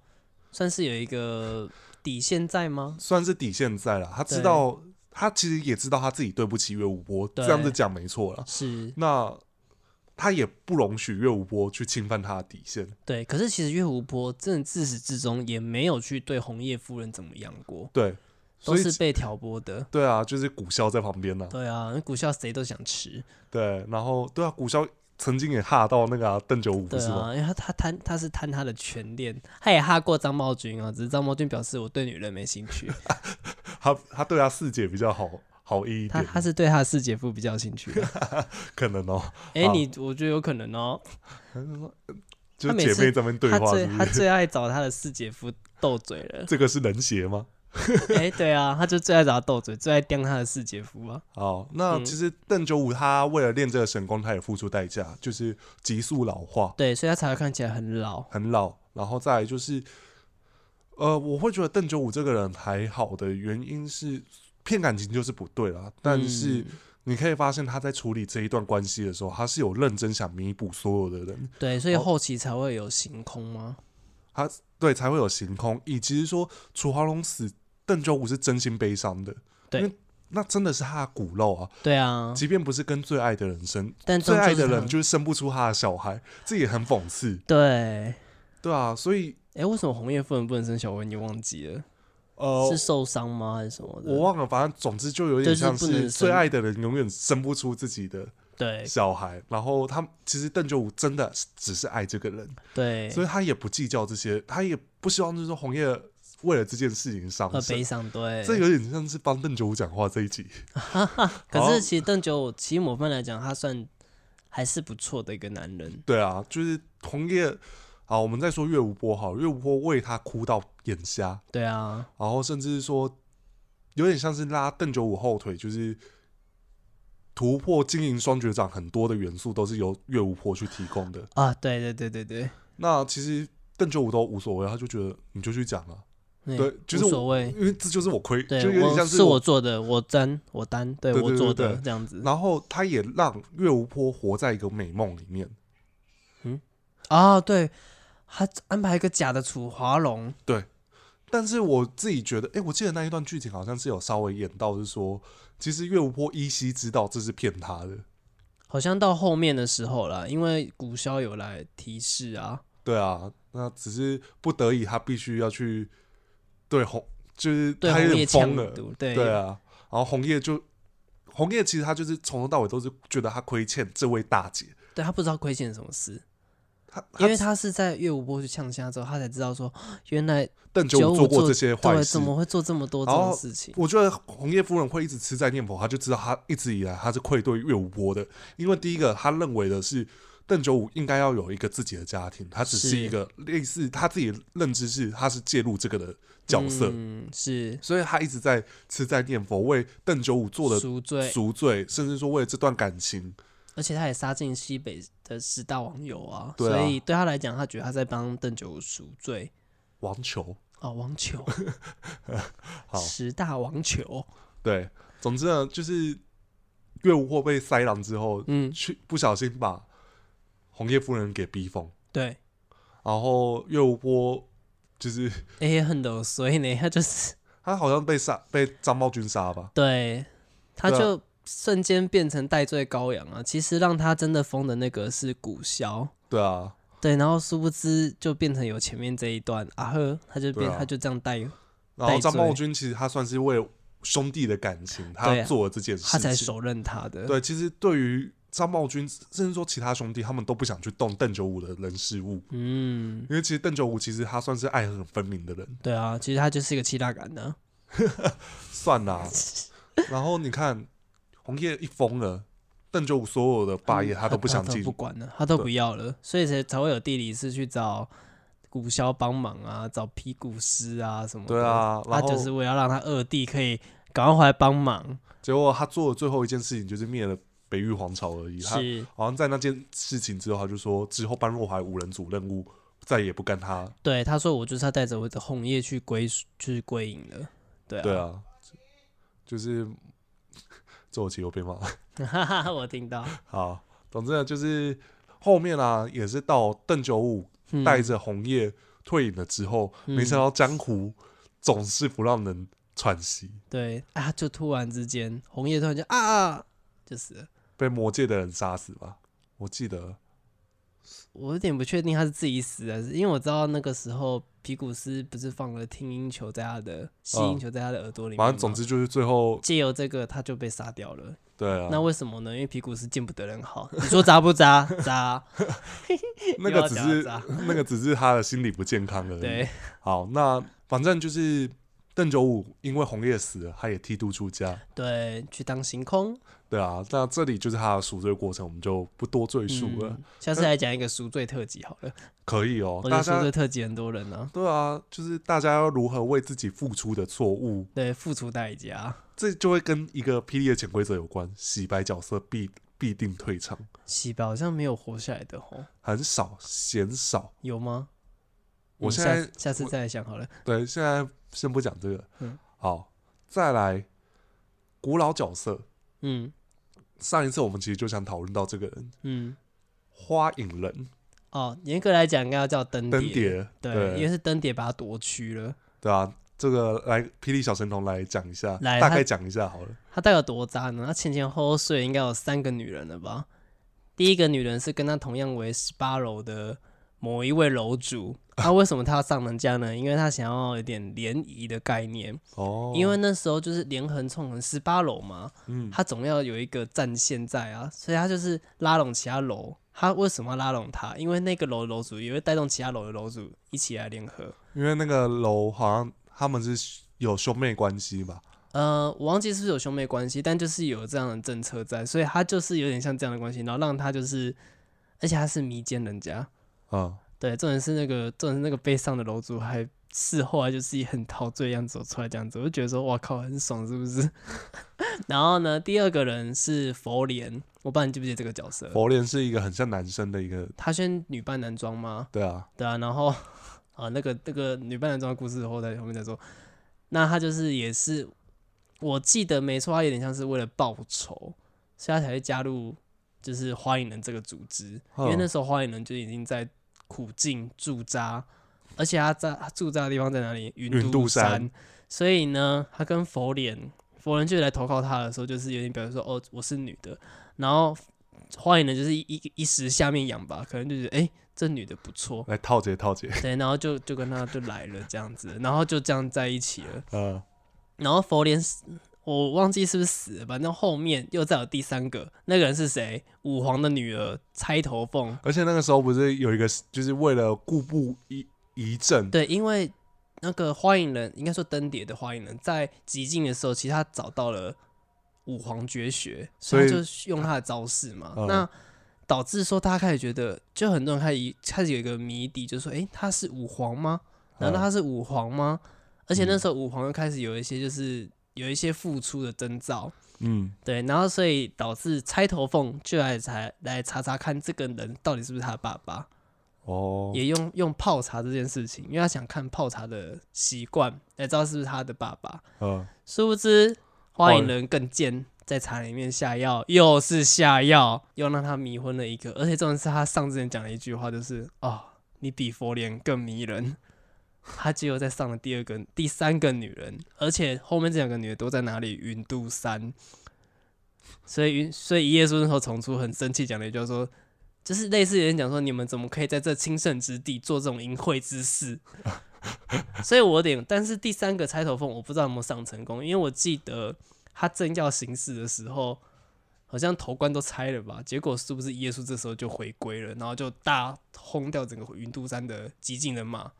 Speaker 2: 算是有一个底线在吗？
Speaker 1: 算是底线在了。他知
Speaker 2: 对
Speaker 1: 道，他其实也知道他自己对不起岳无波，
Speaker 2: 对
Speaker 1: 这样子讲没错了。
Speaker 2: 是
Speaker 1: 那他也不容许岳无波去侵犯他的底线。
Speaker 2: 对，可是其实岳无波真的自始至终也没有去对红叶夫人怎么样过，
Speaker 1: 对，
Speaker 2: 都
Speaker 1: 所以
Speaker 2: 是被挑拨的。
Speaker 1: 对啊，就是古萧在旁边呢、
Speaker 2: 对啊，那股票谁都想吃，
Speaker 1: 对，然后对啊，古萧曾经也吓到那个啊邓九五
Speaker 2: 对
Speaker 1: 是吗？
Speaker 2: 啊，因为他他贪他是贪他的权恋，他也哈过张茂军啊，只是张茂军表示我对女人没兴 趣，
Speaker 1: 他他对他四姐比较好好一
Speaker 2: 啊他
Speaker 1: 点，
Speaker 2: 他是对他的四姐夫比较有兴 趣、啊。
Speaker 1: 可能哦、
Speaker 2: 哎、
Speaker 1: 好
Speaker 2: 你我觉得有可能哦、
Speaker 1: 就
Speaker 2: 他
Speaker 1: 是
Speaker 2: 每
Speaker 1: 姐
Speaker 2: 次
Speaker 1: 妹在那边对
Speaker 2: 他
Speaker 1: 话
Speaker 2: 最
Speaker 1: 是不
Speaker 2: 他
Speaker 1: 是？。
Speaker 2: 最爱找他的四姐夫斗嘴了
Speaker 1: 这个是人邪吗？
Speaker 2: 哎、对啊，他就最爱找他斗嘴，最爱刁他的四姐夫啊。
Speaker 1: 好，那
Speaker 2: 嗯
Speaker 1: 其实邓九五他为了练这个神功，他也付出代价，就是急速老化，
Speaker 2: 对，所以他才会看起来很老。
Speaker 1: 很老。然后再来就是，呃，我会觉得邓九五这个人还好的原因是，骗感情就是不对啦。但是
Speaker 2: 嗯
Speaker 1: 你可以发现他在处理这一段关系的时候，他是有认真想弥补所有的人，
Speaker 2: 对，所以
Speaker 1: 哦
Speaker 2: 后期才会有行空吗？
Speaker 1: 对，才会有行空，以及是说楚华龙死，邓九五是真心悲伤的，
Speaker 2: 对
Speaker 1: 因为那真的是他的骨肉啊，
Speaker 2: 对啊，
Speaker 1: 即便不是跟最爱的人生，
Speaker 2: 但
Speaker 1: 最
Speaker 2: 终究
Speaker 1: 爱
Speaker 2: 是
Speaker 1: 的
Speaker 2: 他
Speaker 1: 人就是生不出他的小孩，这也很讽刺，
Speaker 2: 对。
Speaker 1: 对啊，所以
Speaker 2: 哎，为什么红叶夫人不能生小薇？你忘记了？
Speaker 1: 呃
Speaker 2: 是，受伤吗？还是什么的？
Speaker 1: 我忘了，反正总之就有点像
Speaker 2: 就是不能
Speaker 1: 是
Speaker 2: 生
Speaker 1: 最爱的人永远生不出自己的
Speaker 2: 对
Speaker 1: 小孩，然后他其实邓九五真的只是爱这个人，
Speaker 2: 对，
Speaker 1: 所以他也不计较这些，他也不希望就是说红叶为了这件事情伤
Speaker 2: 和
Speaker 1: 神
Speaker 2: 悲，伤对。
Speaker 1: 这有点像是帮邓九五讲话这一集，
Speaker 2: 可
Speaker 1: 好
Speaker 2: 是其实邓九五，其实某方面来讲，他算还是不错的一个男人。
Speaker 1: 对啊，就是红叶。好，我们再说岳无波好了，岳无波为他哭到眼瞎，
Speaker 2: 对啊，
Speaker 1: 然后甚至是说有点像是拉邓九五后腿，就是突破经营双绝掌很多的元素都是由岳无波去提供的。
Speaker 2: 啊，对对对对对，
Speaker 1: 那其实邓九五都无所谓，他就觉得你就去讲啊，
Speaker 2: 嗯
Speaker 1: 对，就是
Speaker 2: 无所
Speaker 1: 我，
Speaker 2: 谓。
Speaker 1: 因为这就是我亏，就
Speaker 2: 对，
Speaker 1: 有点
Speaker 2: 我
Speaker 1: 像
Speaker 2: 是
Speaker 1: 我。
Speaker 2: 做的，我担我担，对
Speaker 1: 对
Speaker 2: 我
Speaker 1: 对
Speaker 2: 做
Speaker 1: 对
Speaker 2: 的
Speaker 1: 对
Speaker 2: 这样子
Speaker 1: 然后他也让岳无波活在一个美梦里面，
Speaker 2: 啊，对，他安排一个假的楚华龙，
Speaker 1: 但是我自己觉得，哎、我记得那一段剧情好像是有稍微演到，是说其实岳无波依稀知道这是骗他的，
Speaker 2: 好像到后面的时候啦，因为古萧有来提示啊，
Speaker 1: 对啊，那只是不得已，他必须要去对红，就是
Speaker 2: 对
Speaker 1: 他有
Speaker 2: 红叶
Speaker 1: 点疯
Speaker 2: 呛
Speaker 1: 了，
Speaker 2: 毒，对
Speaker 1: 对啊。然后红叶就，红叶其实他就是从头到尾都是觉得他亏欠这位大姐，
Speaker 2: 对他不知道亏欠什么事，
Speaker 1: 他
Speaker 2: 因为他是在岳无波去呛虾之后，他才知道说原来
Speaker 1: 邓
Speaker 2: 九
Speaker 1: 九
Speaker 2: 五
Speaker 1: 做过这些坏
Speaker 2: 对，
Speaker 1: 事
Speaker 2: 怎，么会做这么多这
Speaker 1: 然
Speaker 2: 种
Speaker 1: 后
Speaker 2: 事情？
Speaker 1: 我觉得红叶夫人会一直吃在念佛，她就知道她一直以来她是愧对岳无波的，因为第一个她认为的是邓九五应该要有一个自己的家庭，她只是
Speaker 2: 是
Speaker 1: 一个类似她自己认知是她是介入这个的角色，
Speaker 2: 嗯，是
Speaker 1: 所以她一直在吃在念佛，为邓九五做的
Speaker 2: 赎罪，
Speaker 1: 赎罪，甚至说为了这段感情，
Speaker 2: 而且他也杀尽西北的十大网友啊，
Speaker 1: 对啊
Speaker 2: 所以对他来讲，他觉得他在帮邓九赎罪
Speaker 1: 王球
Speaker 2: 啊，网球
Speaker 1: 好，
Speaker 2: 十大网球，
Speaker 1: 对，总之呢，就是岳无波被塞狼之后，
Speaker 2: 嗯，
Speaker 1: 去不小心把红叶夫人给逼疯。
Speaker 2: 对，
Speaker 1: 然后岳无波就是
Speaker 2: 哎、也很柔，所以呢，他就是
Speaker 1: 他好像被杀，被张茂军杀吧？
Speaker 2: 对，他
Speaker 1: 对啊
Speaker 2: 就瞬间变成戴罪羔羊啊。其实让他真的疯的那个是古萧，
Speaker 1: 对啊，
Speaker 2: 对，然后殊不知就变成有前面这一段啊呵，他就变、
Speaker 1: 对啊
Speaker 2: 他就这样带，
Speaker 1: 然后
Speaker 2: 戴罪
Speaker 1: 张茂军其实他算是为兄弟的感情，
Speaker 2: 对
Speaker 1: 他
Speaker 2: 啊
Speaker 1: 做了这件事情，
Speaker 2: 他才手刃他的，
Speaker 1: 对，其实对于张茂军，甚至说其他兄弟，他们都不想去动邓九五的人事物，
Speaker 2: 嗯，
Speaker 1: 因为其实邓九五其实他算是爱恨分明的人，
Speaker 2: 对啊，其实他就是一个七大感的、
Speaker 1: 算啦。然后你看红叶一疯了，邓九五所有的霸业他都不想
Speaker 2: 嗯他
Speaker 1: 进
Speaker 2: 不，管了，他都
Speaker 1: 对
Speaker 2: 不要了，所以才才会有地理师去找古萧帮忙啊，找皮古师啊什么的。
Speaker 1: 对，啊，然
Speaker 2: 他
Speaker 1: 后
Speaker 2: 就是为了让他二弟可以赶快回来帮忙，
Speaker 1: 结果他做的最后一件事情就是灭了北域皇朝而已，他
Speaker 2: 是
Speaker 1: 好像在那件事情之后，他就说之后般若海五人组任务再也不干他。
Speaker 2: 对他说，我就是要带着我的红叶去归属，去归隐了。对
Speaker 1: 对
Speaker 2: 啊，
Speaker 1: 啊，就是 周琦又被骂。
Speaker 2: 哈哈，我听到，
Speaker 1: 好，总之呢，就是后面啊，也是到邓九五
Speaker 2: 嗯
Speaker 1: 带着红叶退隐了之后，
Speaker 2: 嗯
Speaker 1: 没想到江湖总是不让人喘息，
Speaker 2: 对啊，就突然之间，红叶突然就啊啊，就死了。
Speaker 1: 被魔界的人杀死吧？我记得
Speaker 2: 我有点不确定他是自己死还是，因为我知道那个时候皮古斯不是放了听音球在他的吸音
Speaker 1: 嗯
Speaker 2: 球在他的耳朵里面吗，
Speaker 1: 反正总之就是最后
Speaker 2: 借由这个他就被杀掉了。
Speaker 1: 对啊，
Speaker 2: 那为什么呢？因为皮古斯见不得人好。你说渣不渣？渣。
Speaker 1: 那
Speaker 2: 又
Speaker 1: 个
Speaker 2: 要
Speaker 1: 只
Speaker 2: 讲
Speaker 1: 是
Speaker 2: 到
Speaker 1: 那个只是他的心理不健康而已。
Speaker 2: 对，
Speaker 1: 好，那反正就是邓九五因为红叶死了，他也剃度出家，
Speaker 2: 对，去当行空。
Speaker 1: 对啊。那这里就是他的赎罪过程，我们就不多赘述了。
Speaker 2: 嗯下次来讲一个赎罪特辑好了。
Speaker 1: 可以哦，
Speaker 2: 我觉
Speaker 1: 大
Speaker 2: 得赎
Speaker 1: 家
Speaker 2: 罪特辑很多人呢、
Speaker 1: 对啊，就是大家要如何为自己付出的错误，
Speaker 2: 对，付出代价。
Speaker 1: 这就会跟一个霹雳的潜规则有关，洗白角色必必定退场，
Speaker 2: 洗白好像没有活下来的吼，
Speaker 1: 很少嫌少。
Speaker 2: 有吗？
Speaker 1: 我
Speaker 2: 嗯
Speaker 1: 现
Speaker 2: 下
Speaker 1: 在
Speaker 2: 次下次
Speaker 1: 我
Speaker 2: 再来想好了。
Speaker 1: 对，现在先不讲这个，
Speaker 2: 嗯
Speaker 1: 好，再来古老角色。
Speaker 2: 嗯
Speaker 1: 上一次我们其实就想讨论到这个人，
Speaker 2: 嗯，
Speaker 1: 花影人
Speaker 2: 哦，严格来讲应该要叫灯
Speaker 1: 灯
Speaker 2: 蝶。
Speaker 1: 蝶，
Speaker 2: 嗯对，
Speaker 1: 对
Speaker 2: 因为是灯蝶把他夺去了。
Speaker 1: 对啊，这个来霹雳小神童来讲一下，
Speaker 2: 来
Speaker 1: 大
Speaker 2: 他
Speaker 1: 概讲一下好了。
Speaker 2: 他大概有多渣呢？他前前后后睡了应该有三个女人了吧？第一个女人是跟他同样为十八楼的某一位 楼主。那、为什么他要上人家呢？因为他想要有点联谊的概念，
Speaker 1: 哦，
Speaker 2: 因为那时候就是连横纵横十八楼嘛，
Speaker 1: 嗯，
Speaker 2: 他总要有一个战线在啊，所以他就是拉拢其他楼。他为什么要拉拢他？因为那个楼的楼主也会带动其他楼的楼主一起来联合。
Speaker 1: 因为那个楼好像他们是有兄妹关系吧？
Speaker 2: 呃，我忘记是不是有兄妹关系，但就是有这样的政策在，所以他就是有点像这样的关系，然后让他就是，而且他是迷奸人家，
Speaker 1: 嗯，
Speaker 2: 对，重点是那个重点是那个悲伤的楼主还事后还就是很陶醉的样子走出来这样子，我就觉得说哇靠，很爽是不是？ 然后呢，第二个人是佛莲，我不知道你记不记得这个角色，
Speaker 1: 佛莲是一个很像男生的一个，
Speaker 2: 他先女扮男装吗？
Speaker 1: 对啊，
Speaker 2: 对啊，然后啊，那个那个女扮男装的故事后在后面再说。那他就是也是，我记得没错，他有点像是为了报仇，所以他才会加入就是花影人这个组织，因
Speaker 1: 嗯
Speaker 2: 为那时候花影人就已经在苦境驻扎，而且他在他驻扎的地方在哪里？
Speaker 1: 云
Speaker 2: 云
Speaker 1: 都
Speaker 2: 都
Speaker 1: 山
Speaker 2: 山。所以呢，他跟佛莲佛莲就来投靠他的时候，就是有点表示说，哦，我是女的，然后。花影人就是一一一时下面痒吧，可能就觉得哎、诶这女的不错，
Speaker 1: 来套姐套姐，
Speaker 2: 对，然后就就跟他就来了这样子，然后就这样在一起了。
Speaker 1: 嗯，
Speaker 2: 然后佛莲是，我忘记是不是死了，反正后面又再有第三个，那个人是谁？武皇的女儿钗头凤。
Speaker 1: 而且那个时候不是有一个，就是为了固步一一阵，
Speaker 2: 对，因为那个花影人，应该说灯蝶的花影人，在极境的时候，其实他找到了武皇绝学，所以
Speaker 1: 所
Speaker 2: 他
Speaker 1: 以
Speaker 2: 就用他的招式嘛。
Speaker 1: 嗯
Speaker 2: 那导致说大家开始觉得，就很多人开始开始有一个谜底，就说：诶，他是武皇吗？难
Speaker 1: 嗯
Speaker 2: 道他是武皇吗？而且那时候武皇又开始有一些就是有一些复出的征兆，
Speaker 1: 嗯，
Speaker 2: 对，然后所以导致钗头凤就来才来查查看这个人到底是不是他的爸爸，
Speaker 1: 哦，
Speaker 2: 也用用泡茶这件事情，因为他想看泡茶的习惯，来知道是不是他的爸爸。
Speaker 1: 呃，
Speaker 2: 殊不知花
Speaker 1: 花
Speaker 2: 影人更贱，在茶里面下药，又是下药，又让他迷昏了一个。而且重点是他上之前讲了一句话，就是哦，你比佛莲更迷人。 他只有在上了第二个、第三个女人，而且后面这两个女的都在哪里？云都山。所以云，所以一页书那时候重出很生气，讲了一句话说，就是类似有人讲说，你们怎么可以在这清圣之地做这种淫秽之事？所以我有点，但是第三个钗头凤我不知道有没有上成功，因为我记得他正要行事的时候，好像头冠都拆了吧？结果是不是耶稣这时候就回归了，然后就大轰掉整个云都山的激进人马？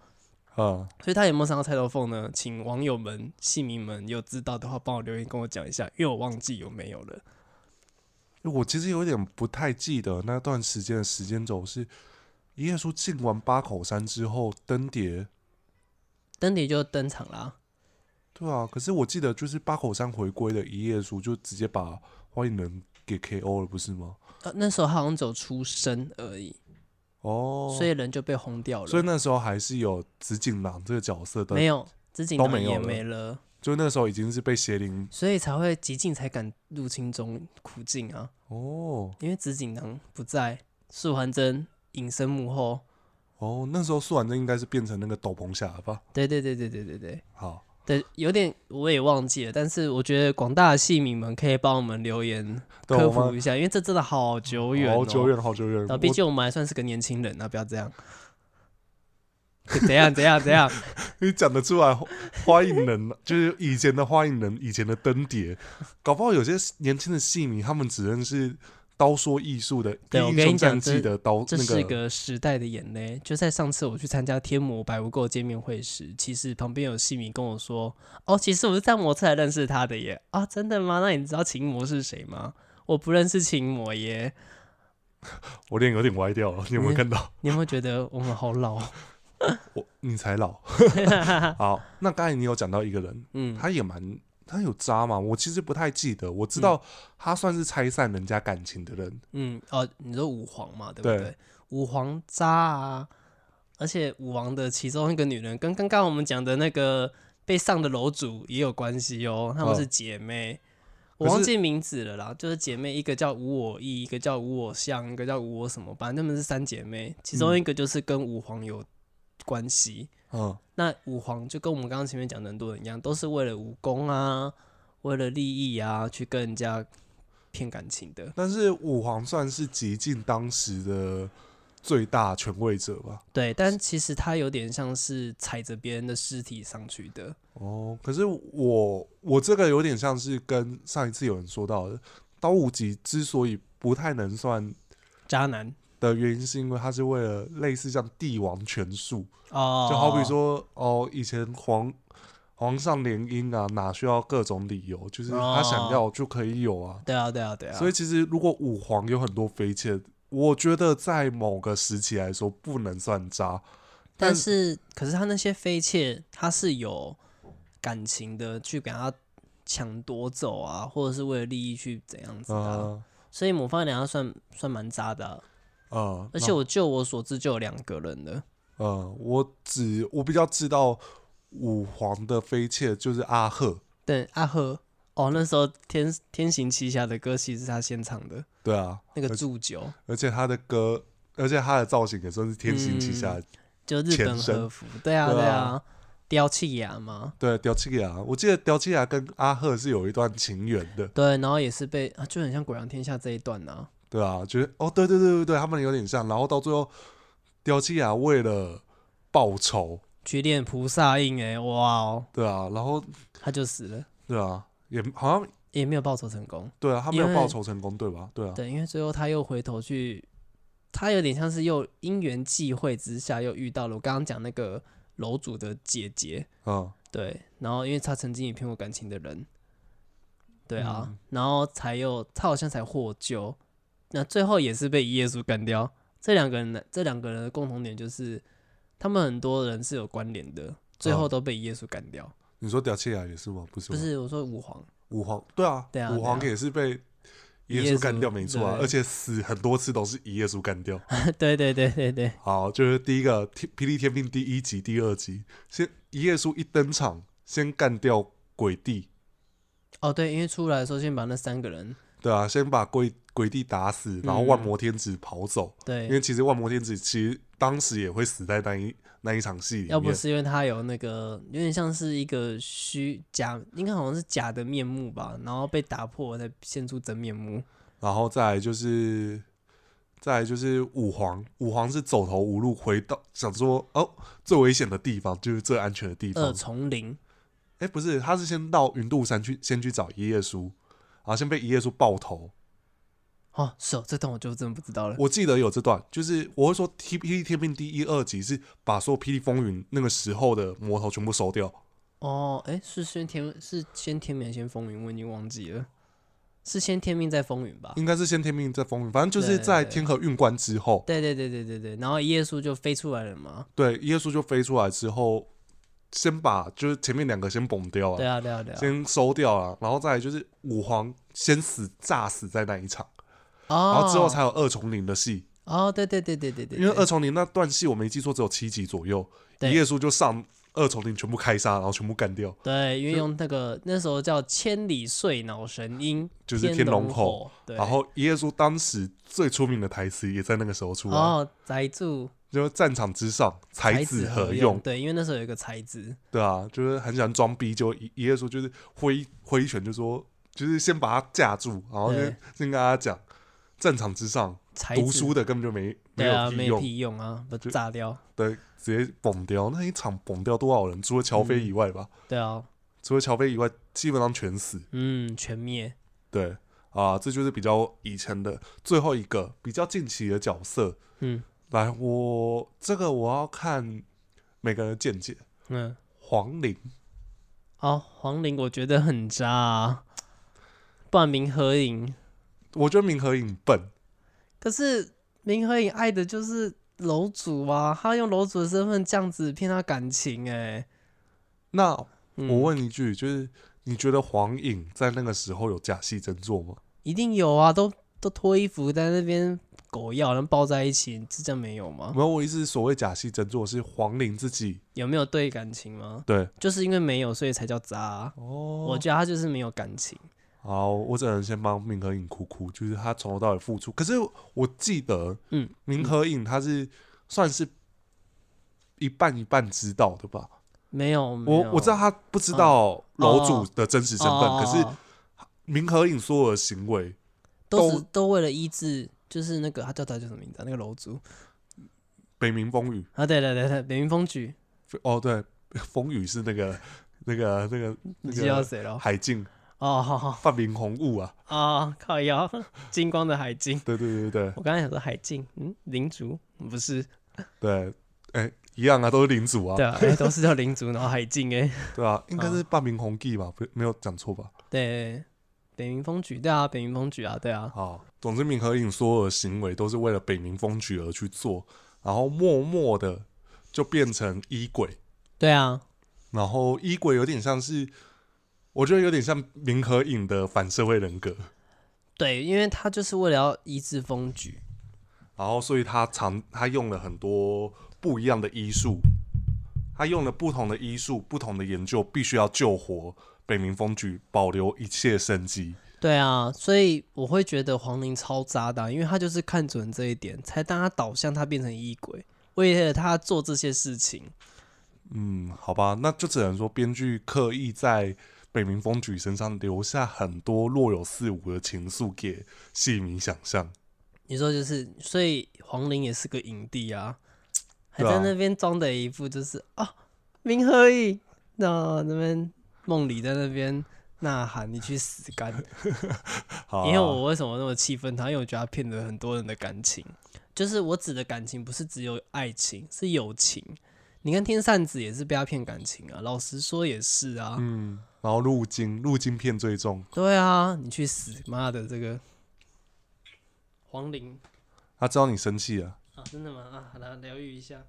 Speaker 1: 呃，
Speaker 2: 所以他有没有上到钗头凤呢？请网友们、戏迷们有知道的话，帮我留言跟我讲一下，因为我忘记有没有了。
Speaker 1: 我其实有点不太记得那段时间的时间轴是。一页书进完八口山之后，登蝶，
Speaker 2: 登迪就登场啦，
Speaker 1: 对啊，可是我记得就是八口山回归的一页书，就直接把花影人给 KO 了，不是吗？
Speaker 2: 呃，那时候他好像只有出生而已，
Speaker 1: 哦，
Speaker 2: 所以人就被轰掉了。
Speaker 1: 所以那时候还是有紫锦郎这个角色的
Speaker 2: 没，有，自己
Speaker 1: 都没有
Speaker 2: 也
Speaker 1: 了
Speaker 2: 没了。
Speaker 1: 就那时候已经是被邪灵
Speaker 2: 所以才会极境才敢入侵中苦境啊，
Speaker 1: 哦
Speaker 2: 因为紫锦囊不在，素还真隐身幕后。
Speaker 1: 哦，那时候素婉真应该是变成那个斗篷侠了吧？
Speaker 2: 对对对对对对对
Speaker 1: 好，
Speaker 2: 对，有点我也忘记了，但是我觉得广大的戏迷们可以帮我们留言
Speaker 1: 对
Speaker 2: 科
Speaker 1: 我们
Speaker 2: 普一下，因为这真的好久远、哦，
Speaker 1: 好久。远，好久远。
Speaker 2: 然后毕
Speaker 1: 我
Speaker 2: 竟我们还算是个年轻人啊，不要这样。 怎样怎样怎样？
Speaker 1: 你讲得出来，花花影人啊 就是以前的花影人，以前的灯蝶，搞不好有些年轻的戏迷他们只认识刀说艺术的，
Speaker 2: 对我
Speaker 1: 英
Speaker 2: 跟
Speaker 1: 雄
Speaker 2: 你讲
Speaker 1: 战
Speaker 2: 这
Speaker 1: 记的刀
Speaker 2: 这
Speaker 1: 那
Speaker 2: 是个时代的眼泪。就在上次我去参加天魔百无垢见面会时，其实旁边有戏迷跟我说：“哦，其实我是在魔才认识他的耶。”啊，真的吗？那你知道琴魔是谁吗？我不认识琴魔耶。
Speaker 1: 我脸有点歪掉了，你有没有
Speaker 2: 嗯
Speaker 1: 看到？
Speaker 2: 你有没有觉得我们好老？
Speaker 1: 我 你才老。好，那刚才你有讲到一个人，
Speaker 2: 嗯，
Speaker 1: 他也蛮他有渣嘛，我其实不太记得，我知道他算是拆散人家感情的人，
Speaker 2: 嗯，哦，你说武皇嘛，对不
Speaker 1: 对
Speaker 2: 对？武皇渣啊，而且武王的其中一个女人跟刚刚我们讲的那个被上的楼主也有关系哦，她们
Speaker 1: 哦
Speaker 2: 是姐妹。
Speaker 1: 可
Speaker 2: 我忘
Speaker 1: 是
Speaker 2: 记名字了啦，就是姐妹，一个叫无我意，一个叫无我相，一个叫无我什么，反正她们是三姐妹，其中一个就是跟武皇有关系。
Speaker 1: 嗯，
Speaker 2: 那武皇就跟我们刚刚前面讲的很多人一样，都是为了武功啊，为了利益啊，去跟人家骗感情的。
Speaker 1: 但是武皇算是极尽当时的最大权位者吧。
Speaker 2: 对，但其实他有点像是踩着别人的尸体上去的。
Speaker 1: 哦，可是我我这个有点像是跟上一次有人说到的，刀无极之所以不太能算
Speaker 2: 渣男
Speaker 1: 的原因，是因为他是为了类似像帝王权术，
Speaker 2: 哦，
Speaker 1: 就好比说哦，以前皇皇上联姻啊，哪需要各种理由，就是他想
Speaker 2: 哦
Speaker 1: 要就可以有啊。
Speaker 2: 对啊，对啊，对啊，
Speaker 1: 所以其实如果武皇有很多妃妾，我觉得在某个时期来说不能算渣，
Speaker 2: 但是可是他那些妃妾，他是有感情的，去给他抢夺走啊，或者是为了利益去怎样子啊。
Speaker 1: 呃
Speaker 2: 所以某方面来讲算算蛮渣的啊、
Speaker 1: 呃，
Speaker 2: 而且我就我所知就有两个人了。
Speaker 1: 那呃，我只我比较知道武皇的妃妾就是阿赫，
Speaker 2: 对，阿赫哦，那时候天天行旗下的歌其实是他先唱的
Speaker 1: 对啊，
Speaker 2: 那个祝酒，
Speaker 1: 而且他的歌，而且他的造型也算是天行旗下，
Speaker 2: 嗯就日
Speaker 1: 前
Speaker 2: 本
Speaker 1: 身
Speaker 2: 和服，对啊，
Speaker 1: 对
Speaker 2: 对
Speaker 1: 啊
Speaker 2: 啊，雕气牙嘛。
Speaker 1: 对，啊刁七雅，我记得刁七雅跟阿赫是有一段情缘的，
Speaker 2: 对，然后也是被啊，就很像《鬼狼天下》这一段呐、
Speaker 1: 对啊，觉得哦，对对对对对，他们有点像，然后到最后，刁七雅为了报仇，
Speaker 2: 去练菩萨印哎、哇哦，
Speaker 1: 对啊，然后
Speaker 2: 他就死了。
Speaker 1: 对啊，也好像
Speaker 2: 也没有报仇成功。
Speaker 1: 对啊，他没有
Speaker 2: 因为
Speaker 1: 报仇成功，对吧？对啊，
Speaker 2: 对，因为最后他又回头去，他有点像是又因缘际会之下又遇到了我刚刚讲那个楼主的姐姐，
Speaker 1: 嗯，
Speaker 2: 对，然后因为他曾经也骗过感情的人，对啊，
Speaker 1: 嗯
Speaker 2: 然后才又他好像才获救，那最后也是被一页书干掉。这两个人的这两个人的共同点就是，他们很多人是有关联的，最后
Speaker 1: 嗯
Speaker 2: 都被一页书干掉。
Speaker 1: 你说屌气雅也是吗？不是
Speaker 2: 不
Speaker 1: 吗，
Speaker 2: 是我说武皇，
Speaker 1: 五皇，对啊，
Speaker 2: 对啊
Speaker 1: 五皇
Speaker 2: 对啊
Speaker 1: 也是被
Speaker 2: 一
Speaker 1: 耶
Speaker 2: 页
Speaker 1: 稣干
Speaker 2: 书
Speaker 1: 掉，没错啊，
Speaker 2: 对
Speaker 1: 而且死很多次都是一耶稣干掉。
Speaker 2: 对对对对对，
Speaker 1: 好，就是第一个《天霹雳天命》第一集、第二集，先一页书一登场，先干掉鬼帝，
Speaker 2: 哦对，因为出来的时候先把那三个人
Speaker 1: 对啊，先把鬼鬼帝打死，然后万魔天子跑走，
Speaker 2: 对
Speaker 1: 因为其实万魔天子其实当时也会死在那一那一场戏里面，
Speaker 2: 要不是因为他有那个有点像是一个虚假，应该好像是假的面目吧，然后被打破才现出真面目。
Speaker 1: 然后再来就是，再来就是五皇，五皇是走投无路，回到想说哦，最危险的地方就是最安全的地
Speaker 2: 二
Speaker 1: 方。
Speaker 2: 重灵，
Speaker 1: 哎、不是，他是先到云渡山去，先去找一页书，然后先被一页书爆头。
Speaker 2: 哦，是哦，这段我就真的不知道了。
Speaker 1: 我记得有这段，就是我会说《T P 天命》第一、二集是把所有霹雳风云那个时候的魔头全部收掉，
Speaker 2: 哦，哎，是先天是先天命还是先风云，我已经忘记了，是先天命再风云吧？
Speaker 1: 应该是先天命再风云，反正就是
Speaker 2: 对
Speaker 1: 在
Speaker 2: 对
Speaker 1: 天河运冠之后，
Speaker 2: 对对对对对对，然后耶稣就飞出来了嘛。
Speaker 1: 对，耶稣就飞出来之后，先把就是前面两个先崩掉了
Speaker 2: 对。啊对啊对啊。
Speaker 1: 先收掉了，然后再来就是五皇先死炸死在那一场，然
Speaker 2: 哦
Speaker 1: 后之后才有二重灵的戏，
Speaker 2: 哦，对对对对对对，
Speaker 1: 因为
Speaker 2: 对
Speaker 1: 二重灵那段戏我没记错只有七集左右，一
Speaker 2: 对
Speaker 1: 页书就上二重灵全部开杀，然后全部干掉，
Speaker 2: 对，因为
Speaker 1: 就
Speaker 2: 用那个那时候叫千里碎脑神鹰，
Speaker 1: 就是天
Speaker 2: 天
Speaker 1: 龙
Speaker 2: 龙
Speaker 1: 吼，
Speaker 2: 对，
Speaker 1: 然后一页书当时最出名的台词也在那个时候出来，
Speaker 2: 哦，宅住
Speaker 1: 就是战场之上才子何用，
Speaker 2: 对，因为那时候有一个才子，
Speaker 1: 对啊，就是很喜欢装逼，就一一页书就是挥挥拳就说，就是先把他架住，然后就
Speaker 2: 对
Speaker 1: 先跟大家讲，战场之上
Speaker 2: 才
Speaker 1: 读
Speaker 2: 子
Speaker 1: 书的根本就没没
Speaker 2: 对啊，
Speaker 1: 有
Speaker 2: 没
Speaker 1: 屁用。
Speaker 2: 屁用啊，不
Speaker 1: 就
Speaker 2: 炸掉，
Speaker 1: 对，直接崩掉那一场，崩掉多少人？除了乔飞以外吧，
Speaker 2: 对啊，
Speaker 1: 除了乔飞以外，基本上全死。
Speaker 2: 嗯，全灭，
Speaker 1: 对啊，这就是比较以前的最后一个比较近期的角色。
Speaker 2: 嗯
Speaker 1: 来，我这个我要看每个人的见解。
Speaker 2: 嗯，
Speaker 1: 黄龄，
Speaker 2: 哦，黄龄我觉得很渣、啊，不明合影，
Speaker 1: 我觉得明和影笨，
Speaker 2: 可是明合影爱的就是楼主啊，他用楼主的身份这样子骗他感情、哎，
Speaker 1: 那
Speaker 2: 嗯
Speaker 1: 我问一句，就是你觉得黄颖在那个时候有假戏真做吗？
Speaker 2: 一定有啊，都都脱衣服在那边狗要，然后抱在一起，是这样没有吗？
Speaker 1: 没有，我意思是所谓假戏真做是黄龄自己
Speaker 2: 有没有对感情吗？
Speaker 1: 对
Speaker 2: 就是因为没有，所以才叫渣啊、
Speaker 1: 哦
Speaker 2: 我觉得他就是没有感情。
Speaker 1: 好，我只能先帮明和影哭哭，就是他从头到尾付出。可是我记得，
Speaker 2: 嗯，
Speaker 1: 明和影他是算是一半一半知道的吧？
Speaker 2: 没有，没
Speaker 1: 我
Speaker 2: 有嗯
Speaker 1: 我知道他不知道楼主的真实身份，
Speaker 2: 哦
Speaker 1: 可是明和影所有的行为，
Speaker 2: 都
Speaker 1: 都
Speaker 2: 是都为了医治，就是那个他叫他叫什么名字、啊？那个楼主
Speaker 1: 北冥风雨
Speaker 2: 啊，对对对对，北冥风局，
Speaker 1: 哦，对，风雨是那个那个那个
Speaker 2: 你
Speaker 1: 那
Speaker 2: 知道
Speaker 1: 个
Speaker 2: 谁了？
Speaker 1: 海静
Speaker 2: 哦，好好
Speaker 1: 范明红雾啊，
Speaker 2: 啊，靠腰，金光的海镜。
Speaker 1: 对对对对
Speaker 2: 我刚才想说海镜，嗯，灵竹嗯不是，
Speaker 1: 对，哎、一样啊，都是领主啊，
Speaker 2: 对啊，哎都是叫灵竹，然后海镜，哎，
Speaker 1: 对啊，应该是范明红记吧，不没有讲错吧？
Speaker 2: 对，北冥风局，对啊，北冥风局啊，对啊，
Speaker 1: 好，总之，闵和影所有的行为都是为了北冥风局而去做，然后默默的就变成衣鬼，
Speaker 2: 对啊，
Speaker 1: 然后衣鬼有点像是，我觉得有点像明和影的反社会人格，
Speaker 2: 对，因为他就是为了要医治风局，
Speaker 1: 然后所以他常他用了很多不一样的医术，他用了不同的医术、不同的研究，必须要救活北冥风局，保留一切生机。
Speaker 2: 对啊，所以我会觉得黄龄超渣的啊，因为他就是看准这一点，才当他导向他变成异鬼，为了他做这些事情。
Speaker 1: 嗯，好吧，那就只能说编剧刻意在北冥风局身上留下很多若有似无的情愫给戏迷想象。
Speaker 2: 你说就是，所以黄龄也是个影帝啊，还
Speaker 1: 对啊
Speaker 2: 在那边装的一哦副就是啊，明和义，那那边梦里在那边呐喊，你去死干！
Speaker 1: 啊好啊，
Speaker 2: 因为我为什么那么气愤他？因为我觉得他骗了很多人的感情。就是我指的感情，不是只有爱情，是友情。你看天扇子也是被他骗感情啊，老实说也是啊。
Speaker 1: 嗯，然后入金入金片最重，
Speaker 2: 对啊，你去死妈的这个黄龄
Speaker 1: 他知道你生气了，
Speaker 2: 啊，真的吗？啊，好了，疗愈一下。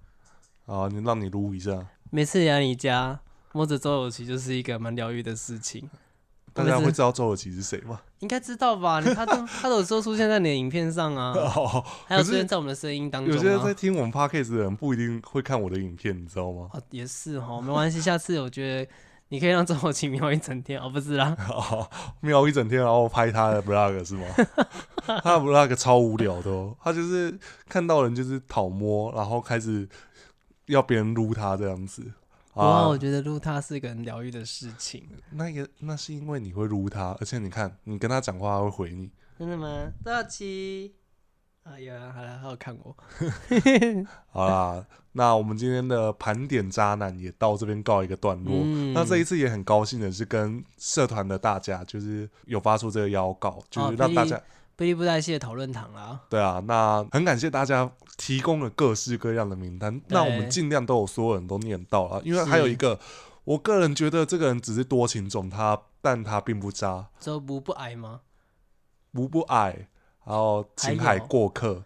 Speaker 1: 啊，你让你撸一下，
Speaker 2: 每次来你家摸着周有琪就是一个蛮疗愈的事情，
Speaker 1: 大家会知道周尔奇是谁吗？
Speaker 2: 应该知道 吧？你他都他有时候出现在你的影片上啊，
Speaker 1: 哦，
Speaker 2: 还有
Speaker 1: 可
Speaker 2: 出
Speaker 1: 是
Speaker 2: 现在我们的声音当中
Speaker 1: 有些在
Speaker 2: 啊。
Speaker 1: 听我们 podcast 的人不一定会看我的影片，你知道吗？
Speaker 2: 啊，也是哈，没关系，下次我觉得你可以让周有琪瞄一整天哦，不是啦，
Speaker 1: 哦， 瞄一整天，然后拍他的 vlog 是吗？ 他的 vlog 超无聊的、哦，他就是看到人就是讨摸，然后开始要别人撸他这样子
Speaker 2: 哇，哦
Speaker 1: 啊
Speaker 2: 我。觉得录它是一个很疗愈的事情，
Speaker 1: 那也那是因为你会撸他，而且你看你跟他讲话，他会回你。
Speaker 2: 真的吗？周有琪，哎呀，好了，他有看我，
Speaker 1: 好啦，
Speaker 2: 哎
Speaker 1: 那我们今天的盘点渣男也到这边告一个段落。
Speaker 2: 嗯
Speaker 1: 那这一次也很高兴的是，跟社团的大家就是有发出这个邀告，就
Speaker 2: 哦
Speaker 1: 是让大
Speaker 2: 霹雳
Speaker 1: 家、
Speaker 2: 不离不带谢讨论堂啦，
Speaker 1: 对啊，那很感谢大家提供了各式各样的名单，那我们尽量都有所有人都念到了，因为
Speaker 2: 是
Speaker 1: 还有一个，我个人觉得这个人只是多情种，他但他并不渣，
Speaker 2: 周不不矮吗？
Speaker 1: 无不矮，然后情
Speaker 2: 还
Speaker 1: 海
Speaker 2: 有
Speaker 1: 过客，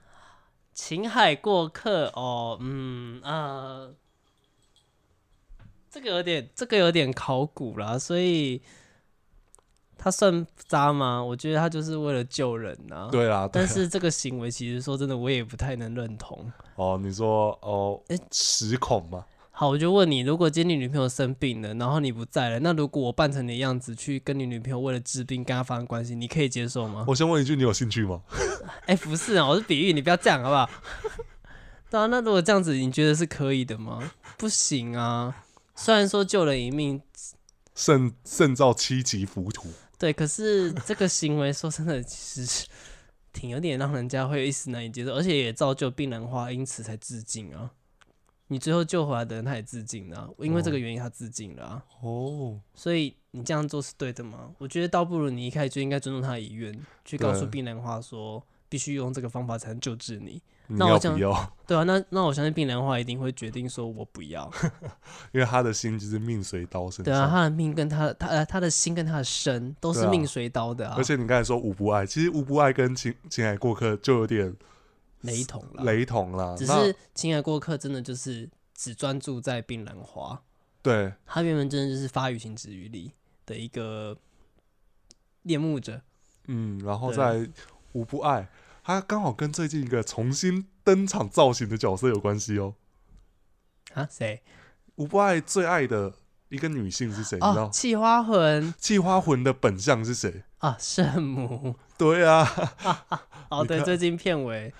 Speaker 2: 情海过客哦，嗯呃，这个有点这个有点考古啦，所以他算渣吗？我觉得他就是为了救人呐、啊。
Speaker 1: 对啦，对
Speaker 2: 但
Speaker 1: 啦
Speaker 2: 是这个行为其实说真的，我也不太能认同。
Speaker 1: 哦，你说哦
Speaker 2: 诶，
Speaker 1: 十孔嘛，
Speaker 2: 好，我就问你，如果今天你女朋友生病了，然后你不在了，那如果我扮成你的样子去跟你女朋友为了治病跟她发生关系，你可以接受吗？
Speaker 1: 我先问一句，你有兴趣吗？
Speaker 2: 哎、不是啊，我是比喻，你不要这样好不好？ 对啊，那如果这样子，你觉得是可以的吗？不行啊，虽然说救人一命，
Speaker 1: 圣圣造七级浮屠，
Speaker 2: 对，可是这个行为说真的，其实是挺有点让人家会一时难以接受，而且也造就病人化，因此才自尽啊。你最后救回来的人他也自尽了啊、因为这个原因他自尽了啊。
Speaker 1: 哦，
Speaker 2: 所以你这样做是对的吗？我觉得倒不如你一开始就应该尊重他的意愿，去告诉
Speaker 1: 对
Speaker 2: 病人化说必须用这个方法才能救治你。
Speaker 1: 你
Speaker 2: 那我
Speaker 1: 要
Speaker 2: 这
Speaker 1: 不
Speaker 2: 样
Speaker 1: 要？
Speaker 2: 对啊，那那我相信病人的话一定会决定说我不要。
Speaker 1: 因为他的心就是命随刀身
Speaker 2: 对啊，
Speaker 1: 上。
Speaker 2: 他的命跟他他呃他的心跟他的身都是
Speaker 1: 对啊
Speaker 2: 命随刀的啊，
Speaker 1: 而且你刚才说无不爱，其实无不爱跟情情海过客就有点
Speaker 2: 雷同了。
Speaker 1: 雷同啦，
Speaker 2: 只
Speaker 1: 那
Speaker 2: 是亲爱过客真的就是只专注在病兰花，
Speaker 1: 对
Speaker 2: 他原本真的就是发于情止于理的一个恋慕者。
Speaker 1: 嗯，然后
Speaker 2: 对
Speaker 1: 在无不爱，他刚好跟最近一个重新登场造型的角色有关系哦。
Speaker 2: 啊，谁
Speaker 1: 无不爱最爱的一个女性是谁？你知
Speaker 2: 哦，
Speaker 1: 道？
Speaker 2: 气花魂
Speaker 1: 气花魂的本相是谁？
Speaker 2: 啊，圣母
Speaker 1: 对啊，
Speaker 2: 哦，对，
Speaker 1: 看
Speaker 2: 最近片尾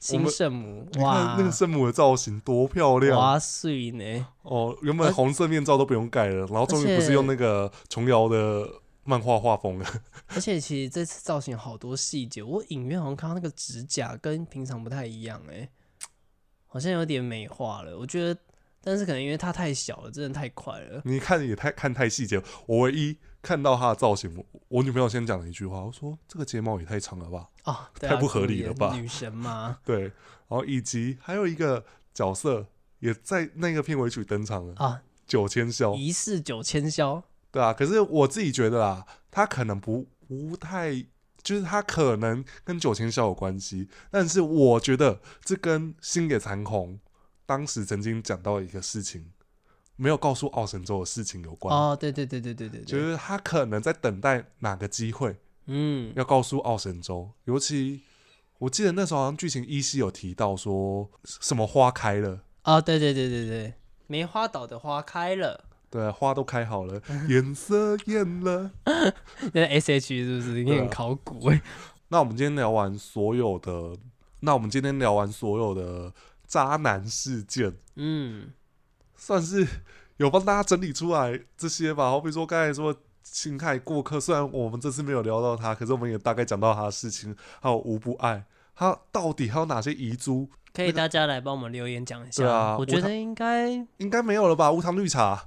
Speaker 2: 新
Speaker 1: 们
Speaker 2: 圣母
Speaker 1: 你
Speaker 2: 哇
Speaker 1: 看那个圣母的造型多漂亮
Speaker 2: 哇碎呢，
Speaker 1: 哦！原本红色面罩都不用盖了，然后终于
Speaker 2: 而
Speaker 1: 不
Speaker 2: 且
Speaker 1: 是用那个琼瑶的漫画画风了。
Speaker 2: 而且其实这次造型好多细节，我隐约好像看到那个指甲跟平常不太一样、欸，好像有点美化了。我觉得，但是可能因为它太小了，真的太快了。
Speaker 1: 你看也太看太细节了。我唯一看到她的造型，我我女朋友先讲了一句话，我说这个睫毛也太长了吧？
Speaker 2: 哦，对
Speaker 1: 太
Speaker 2: 啊
Speaker 1: 不合
Speaker 2: 朱
Speaker 1: 理了
Speaker 2: 颜
Speaker 1: 吧
Speaker 2: 女神 嘛，
Speaker 1: 对，然后以及还有一个角色也在那个片尾曲登场了，
Speaker 2: 啊，
Speaker 1: 九千霄，
Speaker 2: 一世九千霄，
Speaker 1: 对啊。可是我自己觉得啊，他可能不不太，就是他可能跟九千霄有关系，但是我觉得这跟星野残红当时曾经讲到一个事情，没有告诉奥神州的事情有关。
Speaker 2: 哦，对对对对对对
Speaker 1: 就
Speaker 2: 对，
Speaker 1: 是他可能在等待哪个机会，
Speaker 2: 嗯，
Speaker 1: 要告诉奥神州，尤其我记得那时候好像剧情依稀有提到说什么花开了，
Speaker 2: 哦，对对对对对，梅花岛的花开了，
Speaker 1: 对，花都开好了，颜色艳了。
Speaker 2: 那 S H E 是不是？你
Speaker 1: 对啊
Speaker 2: 很考古哎、
Speaker 1: 那我们今天聊完所有的，那我们今天聊完所有的渣男事件，
Speaker 2: 嗯，
Speaker 1: 算是有帮大家整理出来这些吧。好比说刚才说。情海过客，虽然我们这次没有聊到他，可是我们也大概讲到他的事情，还有无不爱，他到底还有哪些遗珠？
Speaker 2: 可以大家来帮我们留言讲一下。
Speaker 1: 对啊
Speaker 2: 我
Speaker 1: 我
Speaker 2: 觉
Speaker 1: 他
Speaker 2: 得应该
Speaker 1: 应该没有了吧？无糖绿茶，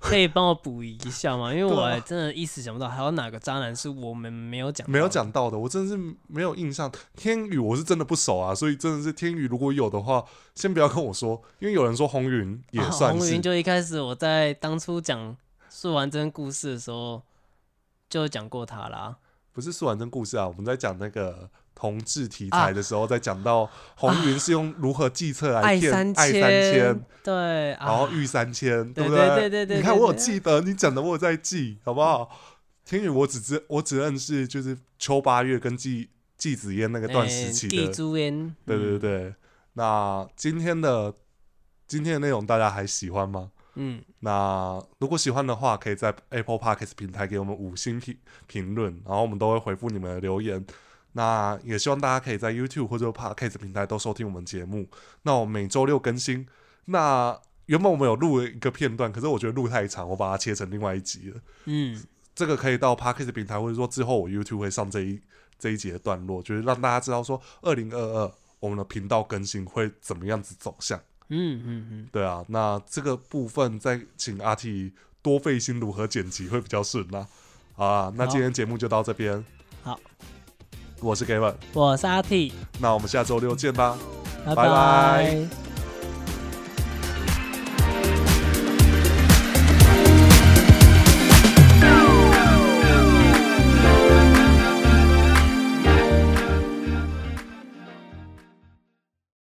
Speaker 2: 可以帮我补一下吗？因为
Speaker 1: 啊
Speaker 2: 我真的一时想不到还有哪个渣男是我们没有讲，
Speaker 1: 没有。讲到的，我真的是没有印象。天宇我是真的不熟啊，所以真的是天宇如果有的话，先不要跟我说，因为有人说红云也
Speaker 2: 啊
Speaker 1: 算
Speaker 2: 红
Speaker 1: 是，
Speaker 2: 云就一开始我在当初讲述完这个故事的时候就讲过他啦。
Speaker 1: 不是素婉真故事啊，我们在讲那个同志题材的时候，在讲到红云是用如何计策来
Speaker 2: 爱
Speaker 1: 骗
Speaker 2: 三
Speaker 1: 爱三千
Speaker 2: 千，，对，啊
Speaker 1: 然后御三千，
Speaker 2: 对
Speaker 1: 不
Speaker 2: 对对对对
Speaker 1: 你看
Speaker 2: 对
Speaker 1: 我有
Speaker 2: 对
Speaker 1: 记得你讲的，我有在记，好不好？天宇我只知我只认识就是秋八月跟季季子嫣那个段时
Speaker 2: 哎
Speaker 1: 期
Speaker 2: 地
Speaker 1: 的
Speaker 2: 主烟，
Speaker 1: 对对对，那今天的今天的内容大家还喜欢吗？
Speaker 2: 嗯，嗯，
Speaker 1: 那如果喜欢的话，可以在 Apple Podcast 平台给我们五星评评论，然后我们都会回复你们的留言。那也希望大家可以在 YouTube 或者 Podcast 平台都收听我们节目。那我们每周六更新。那原本我们有录一个片段，可是我觉得录太长，我把它切成另外一集了。
Speaker 2: 嗯，
Speaker 1: 这个可以到 Podcast 平台，或者说之后我 YouTube 会上这一这一节的段落，就是让大家知道说，二零二二我们的频道更新会怎么样子走向。
Speaker 2: 嗯嗯嗯，
Speaker 1: 对啊，那这个部分再请阿 T 多费心如何剪辑会比较顺啦、好啊，那今天节目就到这边，
Speaker 2: 好，
Speaker 1: 我是 Gavin，
Speaker 2: 我是阿 T，
Speaker 1: 那我们下周六见吧。拜拜
Speaker 2: 拜拜